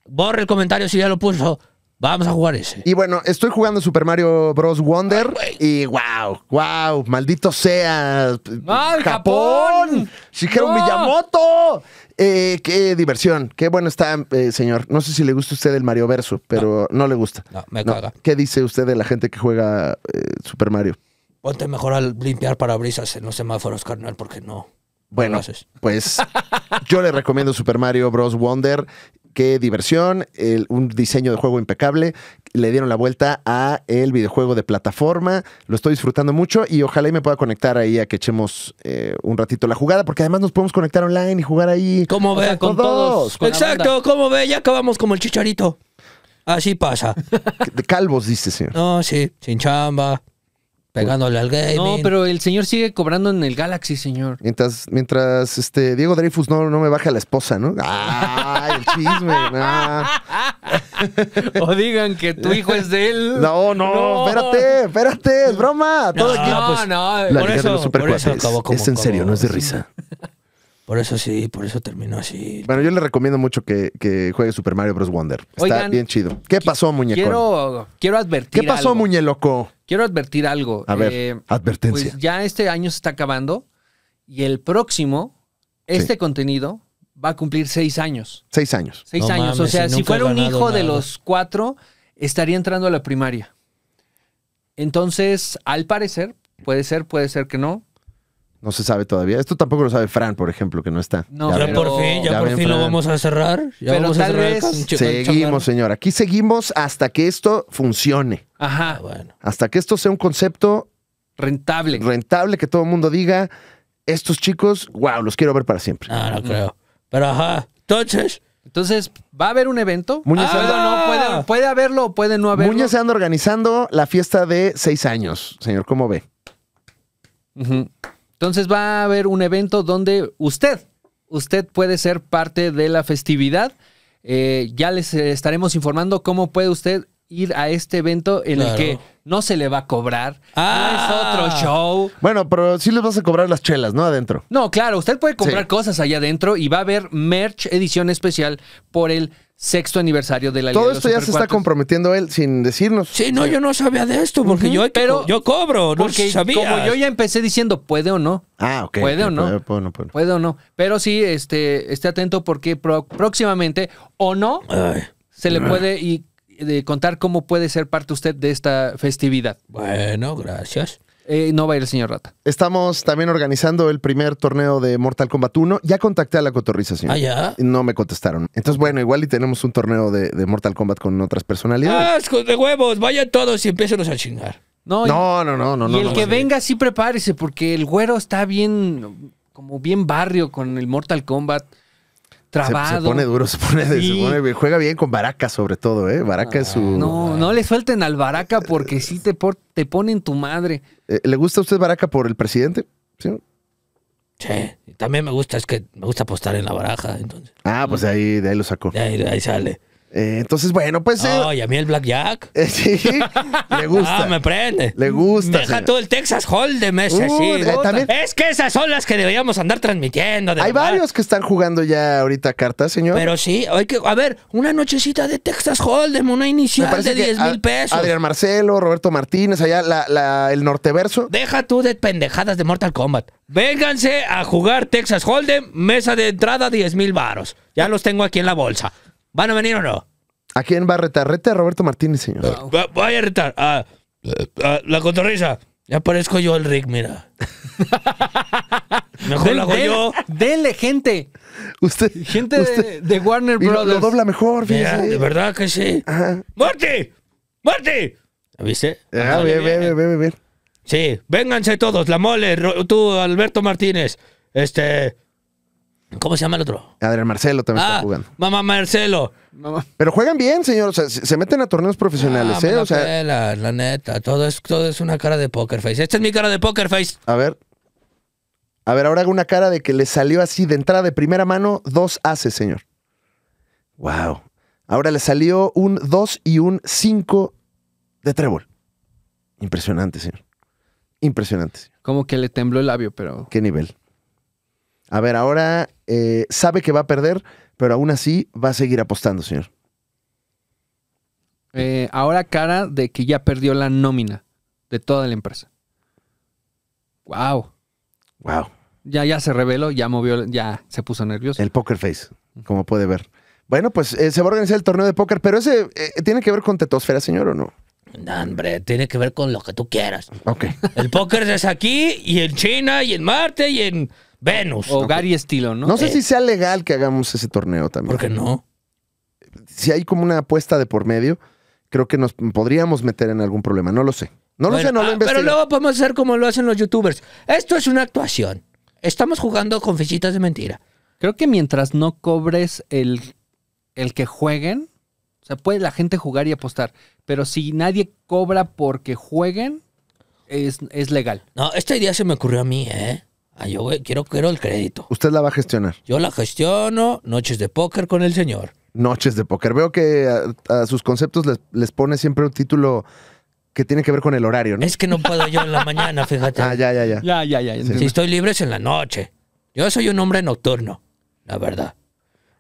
Speaker 1: Borre el comentario si ya lo puso. Vamos a jugar ese.
Speaker 2: Y bueno, estoy jugando Super Mario Bros. Wonder y wow, wow, maldito sea.
Speaker 3: ¡Ay, Japón!
Speaker 2: Shigeru
Speaker 3: ¡No!
Speaker 2: Miyamoto. Eh, qué diversión, qué bueno está, eh, señor. No sé si le gusta a usted el Mario Verso, pero no, le gusta.
Speaker 1: No, me caga.
Speaker 2: ¿Qué dice usted de la gente que juega eh, Super Mario?
Speaker 1: Ponte mejor al limpiar parabrisas en los semáforos, carnal, porque no.
Speaker 2: Bueno,
Speaker 1: haces.
Speaker 2: pues yo le recomiendo Super Mario Bros. Wonder. Qué diversión, el- un diseño de juego impecable. Le dieron la vuelta a el videojuego de plataforma. Lo estoy disfrutando mucho y ojalá y me pueda conectar ahí a que echemos eh, un ratito la jugada, porque además nos podemos conectar online y jugar ahí.
Speaker 1: ¿Cómo
Speaker 2: O
Speaker 1: ve?
Speaker 2: sea,
Speaker 1: Con
Speaker 3: todos. Con la
Speaker 1: Exacto, ¿cómo ve? Ya acabamos como el chicharito. Así pasa.
Speaker 2: De calvos, dice señor.
Speaker 1: No, sí, sin chamba, pegándole al gaming.
Speaker 3: No, pero el señor sigue cobrando en el Galaxy, señor.
Speaker 2: Mientras, mientras este Diego Dreyfus no, no me baje a la esposa, ¿no? ¡Ay, el chisme! nah.
Speaker 3: O digan que tu hijo es de él.
Speaker 2: No, no, espérate, espérate, es broma. Todo aquí-
Speaker 3: No, no.
Speaker 2: La
Speaker 1: por
Speaker 2: Liga de
Speaker 1: eso-
Speaker 2: los Supercuates.
Speaker 1: por eso acabó como
Speaker 2: es en serio,
Speaker 1: acabó.
Speaker 2: no es de risa.
Speaker 1: Por eso sí, por eso terminó así.
Speaker 2: Bueno, yo le recomiendo mucho que, que juegue Super Mario Bros. Wonder. Está
Speaker 3: Oigan,
Speaker 2: bien chido. ¿Qué pasó, muñeco?
Speaker 3: Quiero, quiero advertir
Speaker 2: ¿Qué pasó,
Speaker 3: algo.
Speaker 2: muñeloco?
Speaker 3: Quiero advertir algo.
Speaker 2: A ver,
Speaker 3: Eh,
Speaker 2: advertencia.
Speaker 3: Pues ya este año se está acabando y el próximo,
Speaker 2: Sí.
Speaker 3: este contenido va a cumplir seis años.
Speaker 2: Seis años.
Speaker 3: Seis
Speaker 1: No
Speaker 3: años.
Speaker 1: mames,
Speaker 3: o sea,
Speaker 1: y
Speaker 3: si
Speaker 1: nunca
Speaker 3: fuera
Speaker 1: has
Speaker 3: un
Speaker 1: ganado
Speaker 3: hijo de
Speaker 1: nada.
Speaker 3: los cuatro, estaría entrando a la primaria. Entonces, al parecer, puede ser, puede ser que no.
Speaker 2: No se sabe todavía. Esto tampoco lo sabe Fran, por ejemplo, que no está.
Speaker 3: No,
Speaker 1: Ya
Speaker 2: ven.
Speaker 3: pero-
Speaker 1: por fin, ya,
Speaker 2: Ya
Speaker 1: por
Speaker 2: ven,
Speaker 1: fin lo
Speaker 2: Fran.
Speaker 1: vamos a cerrar. Ya
Speaker 3: Pero
Speaker 1: vamos a
Speaker 3: tal
Speaker 1: cerrar
Speaker 3: vez
Speaker 1: con Chico el
Speaker 2: Seguimos,
Speaker 1: Chacal.
Speaker 2: señor. Aquí seguimos hasta que esto funcione.
Speaker 3: Ajá,
Speaker 1: Ah, bueno.
Speaker 2: Hasta que esto sea un concepto
Speaker 3: rentable.
Speaker 2: rentable que todo el mundo diga. Estos chicos, wow, los quiero ver para siempre.
Speaker 3: Ah,
Speaker 1: Ah, No, no creo. Pero ajá. Entonces,
Speaker 3: Entonces, va a haber un evento.
Speaker 2: Muñe se
Speaker 3: Puede o no, puede, puede haberlo o puede no haberlo.
Speaker 2: Muñoz se anda organizando la fiesta de seis años, señor. ¿Cómo ve?
Speaker 3: Ujú. Entonces va a haber un evento donde usted, usted puede ser parte de la festividad. Eh, ya les eh, estaremos informando cómo puede usted ir a este evento en
Speaker 1: Claro.
Speaker 3: el que no se le va a cobrar,
Speaker 1: Ah.
Speaker 3: no es otro show.
Speaker 2: Bueno, pero sí les vas a cobrar las chelas, ¿no? Adentro.
Speaker 3: No, claro, usted puede comprar
Speaker 2: Sí.
Speaker 3: cosas allá adentro y va a haber merch edición especial por el sexto aniversario de la Liga
Speaker 2: Todo
Speaker 3: de los
Speaker 2: esto ya se está
Speaker 3: Supercuates.
Speaker 2: comprometiendo él sin decirnos.
Speaker 1: sí, no, yo no sabía de esto porque
Speaker 3: Ujú,
Speaker 1: yo, hay que
Speaker 3: pero-
Speaker 1: co- yo cobro, no
Speaker 3: Porque
Speaker 1: sabía.
Speaker 3: como yo ya empecé diciendo puede o no,
Speaker 2: Ah, ok.
Speaker 3: ¿Puede o no?
Speaker 2: Puede, puede, no puede.
Speaker 3: puede o no, pero sí, este, esté atento porque pro- próximamente o no
Speaker 1: Ay,
Speaker 3: se le puede y, de contar cómo puede ser parte usted de esta festividad.
Speaker 1: bueno, gracias.
Speaker 3: Eh, no va a ir el señor Rata.
Speaker 2: Estamos también organizando el primer torneo de Mortal Kombat 1. Ya contacté a la cotorriza, señor.
Speaker 1: Ah, ya.
Speaker 2: No me contestaron. Entonces, bueno, igual y tenemos un torneo de, de Mortal Kombat con otras personalidades.
Speaker 1: Asco de huevos, vayan todos y empiezenos a chingar.
Speaker 3: Ah, No, y-
Speaker 2: no, no, no, no,
Speaker 3: y
Speaker 2: no.
Speaker 3: el
Speaker 2: no.
Speaker 3: que venga sí prepárese porque el güero está bien, como bien barrio con el Mortal Kombat.
Speaker 2: Se,
Speaker 3: Trabado.
Speaker 2: se pone duro, se pone, se
Speaker 3: Sí. Ah,
Speaker 2: pone bien. Juega bien con Baraka, sobre todo, ¿eh? Baraka es su.
Speaker 3: No, no le suelten al baraca porque sí te, por- te ponen tu madre.
Speaker 2: Eh, ¿Le gusta a usted Baraka por el presidente? ¿Sí?
Speaker 1: Sí, y también me gusta, es que me gusta apostar en la baraja, entonces.
Speaker 2: Ah, pues de ahí, de ahí lo sacó.
Speaker 1: De ahí, de ahí sale.
Speaker 2: Eh, entonces, bueno, pues eh,
Speaker 1: Ay, a mí el blackjack.
Speaker 2: eh, sí, le gusta.
Speaker 1: Ah, me prende.
Speaker 2: Le gusta.
Speaker 1: Me Deja
Speaker 2: señor.
Speaker 1: todo el Texas Hold'em ese,
Speaker 2: Uh,
Speaker 1: sí.
Speaker 2: eh, también-
Speaker 1: Es que esas son las que deberíamos andar transmitiendo. de
Speaker 2: Hay
Speaker 1: verdad.
Speaker 2: varios que están jugando ya ahorita cartas, señor.
Speaker 1: Pero sí, hay que, a ver, una nochecita de Texas Hold'em, una
Speaker 2: me
Speaker 1: inicial de
Speaker 2: que
Speaker 1: 10
Speaker 2: Ad-
Speaker 1: mil pesos.
Speaker 2: Adrián Marcelo, Roberto Martínez, allá la, la- el norteverso.
Speaker 1: Deja tú de pendejadas de Mortal Kombat. Vénganse a jugar Texas Hold'em, mesa de entrada 10 mil varos. Ya los tengo aquí en la bolsa. ¿Van a venir o no?
Speaker 2: ¿A quién va a retar? Rete a Roberto Martínez, señor.
Speaker 1: Va- Voy a retar a, a la cotorriza. Ya parezco yo el Rick, mira. Mejor
Speaker 3: Del-
Speaker 1: la hago
Speaker 3: del-
Speaker 1: yo.
Speaker 3: Dele, gente.
Speaker 2: Usted.
Speaker 3: Gente
Speaker 2: usted-
Speaker 3: de, de Warner
Speaker 2: y lo,
Speaker 3: Brothers.
Speaker 2: lo dobla mejor,
Speaker 1: Mira,
Speaker 2: fíjese.
Speaker 1: de verdad que sí.
Speaker 2: Ajá.
Speaker 1: ¡Muerte! ¡Muerte! ¿La viste?
Speaker 2: Ah,
Speaker 1: Ándale,
Speaker 2: bien, bien, bien, bien, bien.
Speaker 1: Sí, vénganse todos. La mole, Ro- tú, Alberto Martínez. Este. ¿Cómo se llama el otro?
Speaker 2: Adrián Marcelo también
Speaker 1: ah,
Speaker 2: está jugando.
Speaker 1: Mamá Marcelo.
Speaker 3: Mamá.
Speaker 2: Pero juegan bien, señor. O sea, se se meten a torneos profesionales,
Speaker 1: Ah, me
Speaker 2: ¿eh?
Speaker 1: la
Speaker 2: O sea,
Speaker 1: pelas, la neta. Todo es, todo es una cara de poker face. Esta es mi cara de poker face.
Speaker 2: a ver. A ver, ahora hago una cara de que le salió así de entrada de primera mano, dos haces, señor. Wow. Ahora le salió un 2 y un 5 de trébol. Impresionante, señor. Impresionante. señor.
Speaker 3: Como que le tembló el labio, pero.
Speaker 2: Qué nivel. A ver, ahora eh, sabe que va a perder, pero aún así va a seguir apostando, señor.
Speaker 3: Eh, ahora cara de que ya perdió la nómina de toda la empresa. Wow.
Speaker 2: Wow.
Speaker 3: Ya, ya se reveló, ya movió, ya se puso nervioso.
Speaker 2: El poker face, como puede ver. Bueno, pues eh, se va a organizar el torneo de póker, pero ese eh, tiene que ver con tetosfera, señor, ¿o no?
Speaker 1: No, hombre, tiene que ver con lo que tú quieras.
Speaker 2: Ok.
Speaker 1: El póker es aquí, y en China, y en Marte, y en Venus.
Speaker 3: o Gary estilo, ¿no?
Speaker 1: Eh.
Speaker 2: No sé si sea legal que hagamos ese torneo también.
Speaker 1: ¿Por qué no?
Speaker 2: si hay como una apuesta de por medio, creo que nos podríamos meter en algún problema. No lo sé. No lo
Speaker 1: Bueno,
Speaker 2: sé, no lo
Speaker 1: ah,
Speaker 2: investigué.
Speaker 1: Pero luego podemos hacer como lo hacen los youtubers. Esto es una actuación. Estamos jugando con fichitas de mentira.
Speaker 3: Creo que mientras no cobres el, el que jueguen, o sea, puede la gente jugar y apostar, pero si nadie cobra porque jueguen, es, es legal.
Speaker 1: No, esta idea se me ocurrió a mí, ¿eh? Ah, yo güey, quiero, quiero el crédito.
Speaker 2: Usted la va a gestionar.
Speaker 1: Yo la gestiono, noches de póker con el señor.
Speaker 2: Noches de póker. Veo que a, a sus conceptos les, les pone siempre un título que tiene que ver con el horario, ¿no?
Speaker 1: Es que no puedo yo en la mañana, fíjate.
Speaker 2: Ah, ya, ya, ya.
Speaker 3: Ya, ya, ya.
Speaker 1: Si estoy libre es en la noche. Yo soy un hombre nocturno, la verdad.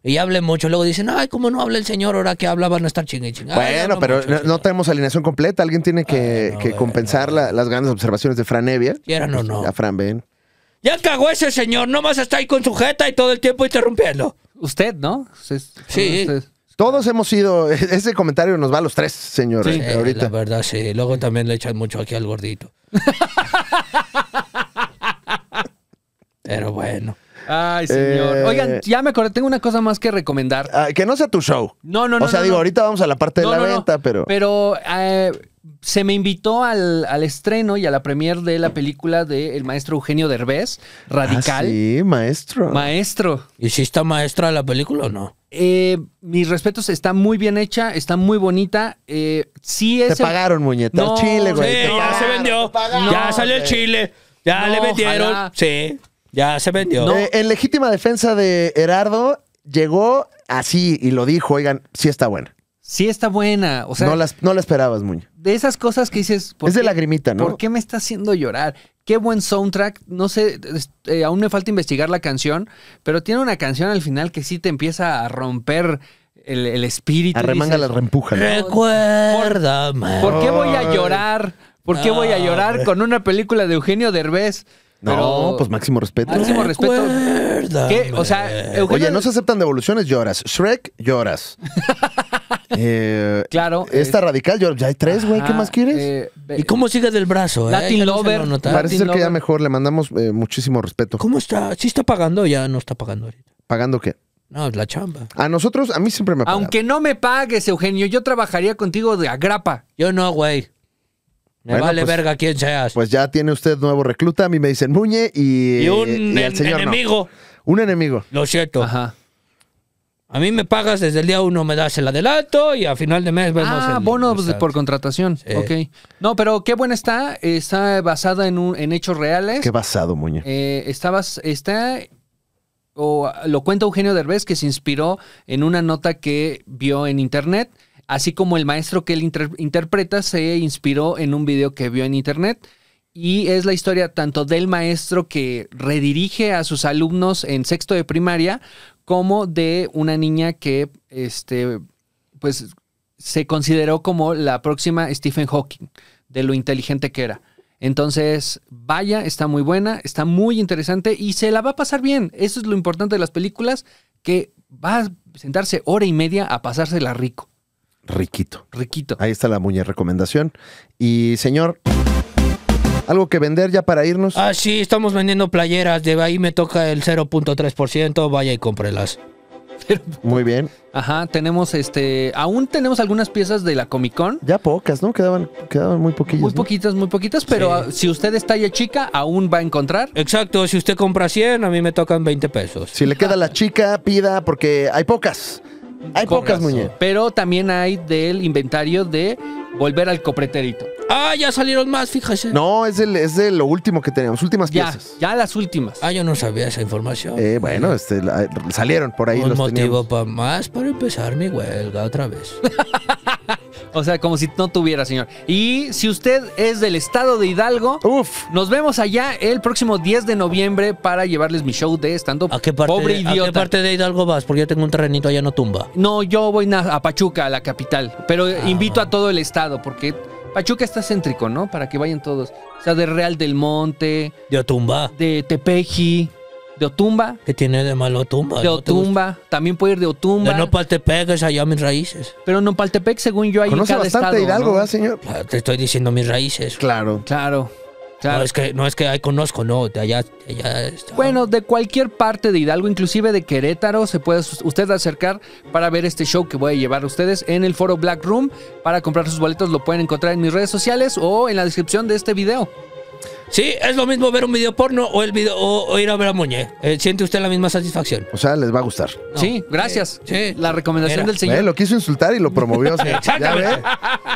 Speaker 1: Y hablé mucho. Luego dicen, ay, ¿cómo no habla el señor? Ahora que habla van a estar chingue y chingue. Ay,
Speaker 2: Bueno,
Speaker 1: habla
Speaker 2: pero
Speaker 1: Ah, mucho el
Speaker 2: no, no
Speaker 1: señor.
Speaker 2: tenemos alineación completa. Alguien tiene que,
Speaker 1: Ay, no,
Speaker 2: que
Speaker 1: bueno.
Speaker 2: compensar la- las grandes observaciones de Fran Evia.
Speaker 1: Quieran o no.
Speaker 2: A Fran Ben.
Speaker 1: Ya cagó ese señor. Nomás está ahí con su jeta y todo el tiempo interrumpiendo.
Speaker 3: Usted, ¿no? Usted-
Speaker 1: Sí.
Speaker 3: usted-
Speaker 2: Todos hemos sido. Ese comentario nos va a los tres, señor.
Speaker 1: Sí,
Speaker 2: eh,
Speaker 1: La
Speaker 2: ahorita.
Speaker 1: verdad, sí. Luego también le echan mucho aquí al gordito. pero bueno.
Speaker 3: Ay, señor.
Speaker 2: Eh.
Speaker 3: Oigan, ya me acordé, tengo una cosa más que recomendar.
Speaker 2: Ah, que no sea tu show.
Speaker 3: No, no, no.
Speaker 2: o sea,
Speaker 3: no,
Speaker 2: digo,
Speaker 3: no.
Speaker 2: ahorita vamos a la parte de
Speaker 3: No,
Speaker 2: la
Speaker 3: no, no.
Speaker 2: venta, pero.
Speaker 3: Pero eh, se me invitó al, al estreno y a la premier de la película de el maestro Eugenio Derbez, Radical.
Speaker 2: Ah, sí, maestro.
Speaker 3: Maestro,
Speaker 1: ¿Y si está maestra la película o no?
Speaker 3: eh, mis respetos, está muy bien hecha, está muy bonita. eh, sí
Speaker 2: Te
Speaker 3: es... el-
Speaker 2: pagaron, muñeta.
Speaker 3: No,
Speaker 2: al chile, güey.
Speaker 1: Sí,
Speaker 2: Te
Speaker 1: ya
Speaker 2: pagaron,
Speaker 1: se vendió.
Speaker 2: te pagaron,
Speaker 1: ya salió el
Speaker 2: güey.
Speaker 1: chile. Ya
Speaker 3: No,
Speaker 1: le vendieron.
Speaker 3: ojalá.
Speaker 1: Sí, ya se vendió.
Speaker 3: No.
Speaker 2: Eh, en legítima defensa de Herardo, llegó así y lo dijo, oigan, sí está buena.
Speaker 3: Sí está buena. O sea,
Speaker 2: no, las, no la esperabas, Muñe.
Speaker 3: de esas cosas que dices... ¿por
Speaker 2: Es de
Speaker 3: qué-
Speaker 2: lagrimita, ¿no?
Speaker 3: ¿Por qué me está haciendo llorar? Qué buen soundtrack. No sé, es- eh, aún me falta investigar la canción, pero tiene una canción al final que sí te empieza a romper el, el espíritu.
Speaker 2: Arremanga la
Speaker 3: Dices,
Speaker 2: rempuja. ¿no?
Speaker 1: Recuérdame.
Speaker 3: ¿Por qué voy a llorar? ¿Por qué voy a llorar con una película de Eugenio Derbez?
Speaker 2: No, pues máximo respeto.
Speaker 3: Máximo respeto.
Speaker 1: Recuérdame.
Speaker 3: ¿Qué? O sea, Eugenio.
Speaker 2: Oye, no se aceptan devoluciones, lloras. Shrek, lloras. Eh,
Speaker 3: Claro.
Speaker 2: Esta
Speaker 3: eh,
Speaker 2: radical, llora. ya hay tres, güey. ¿Qué
Speaker 3: ajá,
Speaker 2: más quieres?
Speaker 3: eh, ve-
Speaker 1: ¿Y cómo sigue del brazo? eh?
Speaker 3: Latin
Speaker 1: Ya no se
Speaker 3: Lover.
Speaker 1: lo nota.
Speaker 2: Parece
Speaker 3: Latin
Speaker 2: ser que ya
Speaker 3: Lover.
Speaker 2: mejor le mandamos eh, muchísimo respeto.
Speaker 1: ¿Cómo está? ¿Sí está pagando o ya no está pagando ahorita?
Speaker 2: ¿Pagando qué?
Speaker 1: No, es la chamba.
Speaker 2: A nosotros, a mí siempre me ha pagado.
Speaker 3: eh, Aunque no me pagues, Eugenio, yo trabajaría contigo de agrapa.
Speaker 1: Yo no, güey. Me
Speaker 2: Bueno,
Speaker 1: vale
Speaker 2: pues-
Speaker 1: verga quién seas.
Speaker 2: Pues ya tiene usted nuevo recluta. A mí me dicen Muñe y,
Speaker 1: y un
Speaker 2: y al
Speaker 1: en-
Speaker 2: señor no.
Speaker 1: enemigo.
Speaker 2: Un enemigo.
Speaker 1: Lo siento.
Speaker 3: Ajá.
Speaker 1: A mí me pagas desde el día uno, me das el adelanto y a final de mes vemos
Speaker 3: Ah,
Speaker 1: el-
Speaker 3: bonos
Speaker 1: el-
Speaker 3: por contratación.
Speaker 1: Sí.
Speaker 3: Ok. No, pero qué buena está. Está basada en, un- en hechos reales.
Speaker 2: Qué basado, Muñe.
Speaker 3: Eh, estabas, está, o lo cuenta Eugenio Derbez, que se inspiró en una nota que vio en internet, así como el maestro que él inter- interpreta se inspiró en un video que vio en internet. Y es la historia tanto del maestro que redirige a sus alumnos en sexto de primaria, como de una niña que, este, pues, se consideró como la próxima Stephen Hawking, de lo inteligente que era. Entonces, vaya, está muy buena, está muy interesante y se la va a pasar bien. Eso es lo importante de las películas, que va a sentarse hora y media a pasársela rico,
Speaker 2: Riquito.
Speaker 3: riquito.
Speaker 2: Ahí está la Muñe recomendación. Y señor, algo que vender ya para irnos.
Speaker 1: Ah, sí, estamos vendiendo playeras. De ahí me toca el 0.3%. Vaya y cómprelas.
Speaker 2: Muy bien.
Speaker 3: Ajá, tenemos este, aún tenemos algunas piezas de la Comic Con.
Speaker 2: Ya pocas, ¿no? Quedaban, quedaban muy poquillas.
Speaker 3: Muy
Speaker 2: ¿no?
Speaker 3: poquitas, muy poquitas, pero ah, si usted es talla chica, aún va a encontrar.
Speaker 1: Exacto, si usted compra 100, a mí me tocan 20 pesos.
Speaker 2: Si le queda la chica, pida, porque hay pocas. Hay pocas, Muñe.
Speaker 3: Pero también hay del inventario de volver al copretérito.
Speaker 1: Ah, ya salieron más, fíjese.
Speaker 2: No, es, del- es de lo último que tenemos, últimas
Speaker 3: Ya,
Speaker 2: piezas.
Speaker 3: ya las últimas.
Speaker 1: Ah, yo no sabía esa información.
Speaker 2: Eh, bueno, este, la- salieron por ahí
Speaker 1: Un
Speaker 2: los
Speaker 1: motivo
Speaker 2: teníamos.
Speaker 1: para más para empezar mi huelga otra vez.
Speaker 3: O sea, como si no tuviera, señor. Y si usted es del estado de Hidalgo,
Speaker 2: Uf,
Speaker 3: nos vemos allá el próximo 10 de noviembre para llevarles mi show de estando
Speaker 1: ¿A qué parte,
Speaker 3: pobre
Speaker 1: ¿a
Speaker 3: idiota.
Speaker 1: qué parte de Hidalgo vas? Porque yo tengo un terrenito allá no tumba.
Speaker 3: No, yo voy na- a Pachuca, a la capital, pero
Speaker 1: Ah.
Speaker 3: invito a todo el estado porque Pachuca está céntrico, ¿no? Para que vayan todos. O sea, de Real del Monte,
Speaker 1: Yo tumba.
Speaker 3: de Tepeji, de Otumba,
Speaker 1: ¿Qué tiene de malo tumba?
Speaker 3: de Otumba, también puede ir de Otumba.
Speaker 1: De no pal te pegues allá a mis raíces.
Speaker 3: pero Nopaltepec, según yo, ahí
Speaker 2: conoce
Speaker 3: cada
Speaker 2: bastante
Speaker 3: estado,
Speaker 2: Hidalgo,
Speaker 3: ¿no?
Speaker 2: ¿verdad, señor?
Speaker 1: Te estoy diciendo mis raíces.
Speaker 2: Claro.
Speaker 3: Claro. Claro.
Speaker 1: No es que, no es que ahí conozco, no, de allá, de allá está.
Speaker 3: Bueno, de cualquier parte de Hidalgo, inclusive de Querétaro, se puede sus- usted acercar para ver este show que voy a llevar a ustedes en el foro Black Room. Para comprar sus boletos lo pueden encontrar en mis redes sociales o en la descripción de este video.
Speaker 1: Sí, es lo mismo ver un video porno o el video o, o ir a ver a Muñe. Eh, siente usted la misma satisfacción.
Speaker 2: O sea, les va a gustar.
Speaker 3: eh, sí, gracias.
Speaker 1: sí.
Speaker 3: La recomendación
Speaker 1: Era.
Speaker 3: del señor.
Speaker 2: Ve, Lo quiso insultar y lo promovió. o sea, ya ve,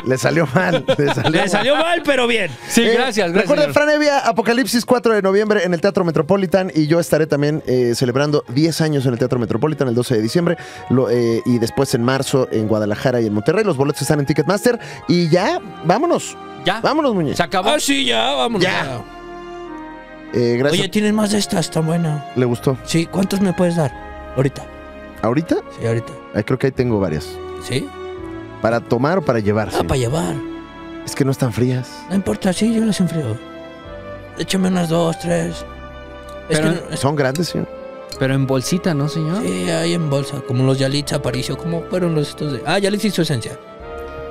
Speaker 2: le salió mal. Le salió
Speaker 1: Le salió mal, pero bien.
Speaker 3: Sí,
Speaker 2: Eh,
Speaker 3: gracias, gracias.
Speaker 2: Recuerden,
Speaker 3: señor.
Speaker 2: Fran Evia, Apocalipsis 4 de noviembre en el Teatro Metropolitan y yo estaré también eh, celebrando 10 años en el Teatro Metropolitan el 12 de diciembre lo, eh, y después en marzo en Guadalajara y en Monterrey. Los boletos están en Ticketmaster y ya, vámonos.
Speaker 3: Ya.
Speaker 2: Vámonos, Muñe.
Speaker 3: Se acabó.
Speaker 1: Ah, sí, ya, vámonos.
Speaker 2: Ya. Eh, gracias.
Speaker 1: Oye, tienen más de estas, tan buena.
Speaker 2: ¿Le gustó?
Speaker 1: Sí, ¿cuántos me puedes dar? Ahorita.
Speaker 2: ¿Ahorita?
Speaker 1: Sí, ahorita.
Speaker 2: Ah, creo que ahí tengo varias.
Speaker 1: ¿Sí?
Speaker 2: ¿Para tomar o para llevar?
Speaker 1: Ah,
Speaker 2: sí.
Speaker 1: para llevar.
Speaker 2: Es que no están frías.
Speaker 1: No importa, sí, yo las enfrío. Échame unas dos, tres. Es
Speaker 3: Pero-
Speaker 1: que no- es-
Speaker 2: Son grandes, sí.
Speaker 3: Pero en bolsita, ¿no, señor?
Speaker 1: sí, ahí en bolsa, como los Yalitza Aparicio, como fueron los estos de. Ah, Yalitza y su esencia.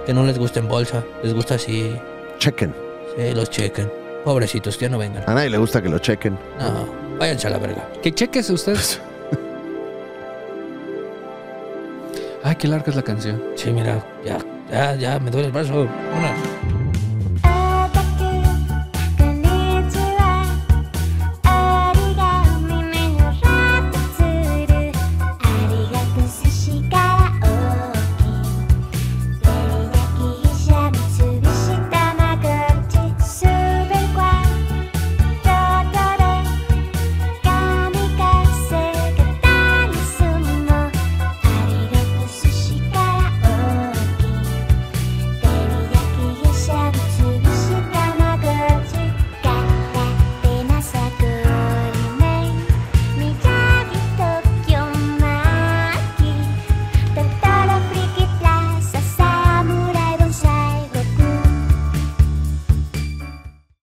Speaker 1: Que no les gusta en bolsa, les gusta así.
Speaker 2: Chequen.
Speaker 1: Sí, los chequen. Pobrecitos, que ya no vengan.
Speaker 2: A nadie le gusta que lo chequen.
Speaker 1: No, váyanse a la verga.
Speaker 3: Que cheques usted. Ay, qué larga es la canción.
Speaker 1: Sí, mira, ya, ya, ya, me duele el brazo. Vámonos.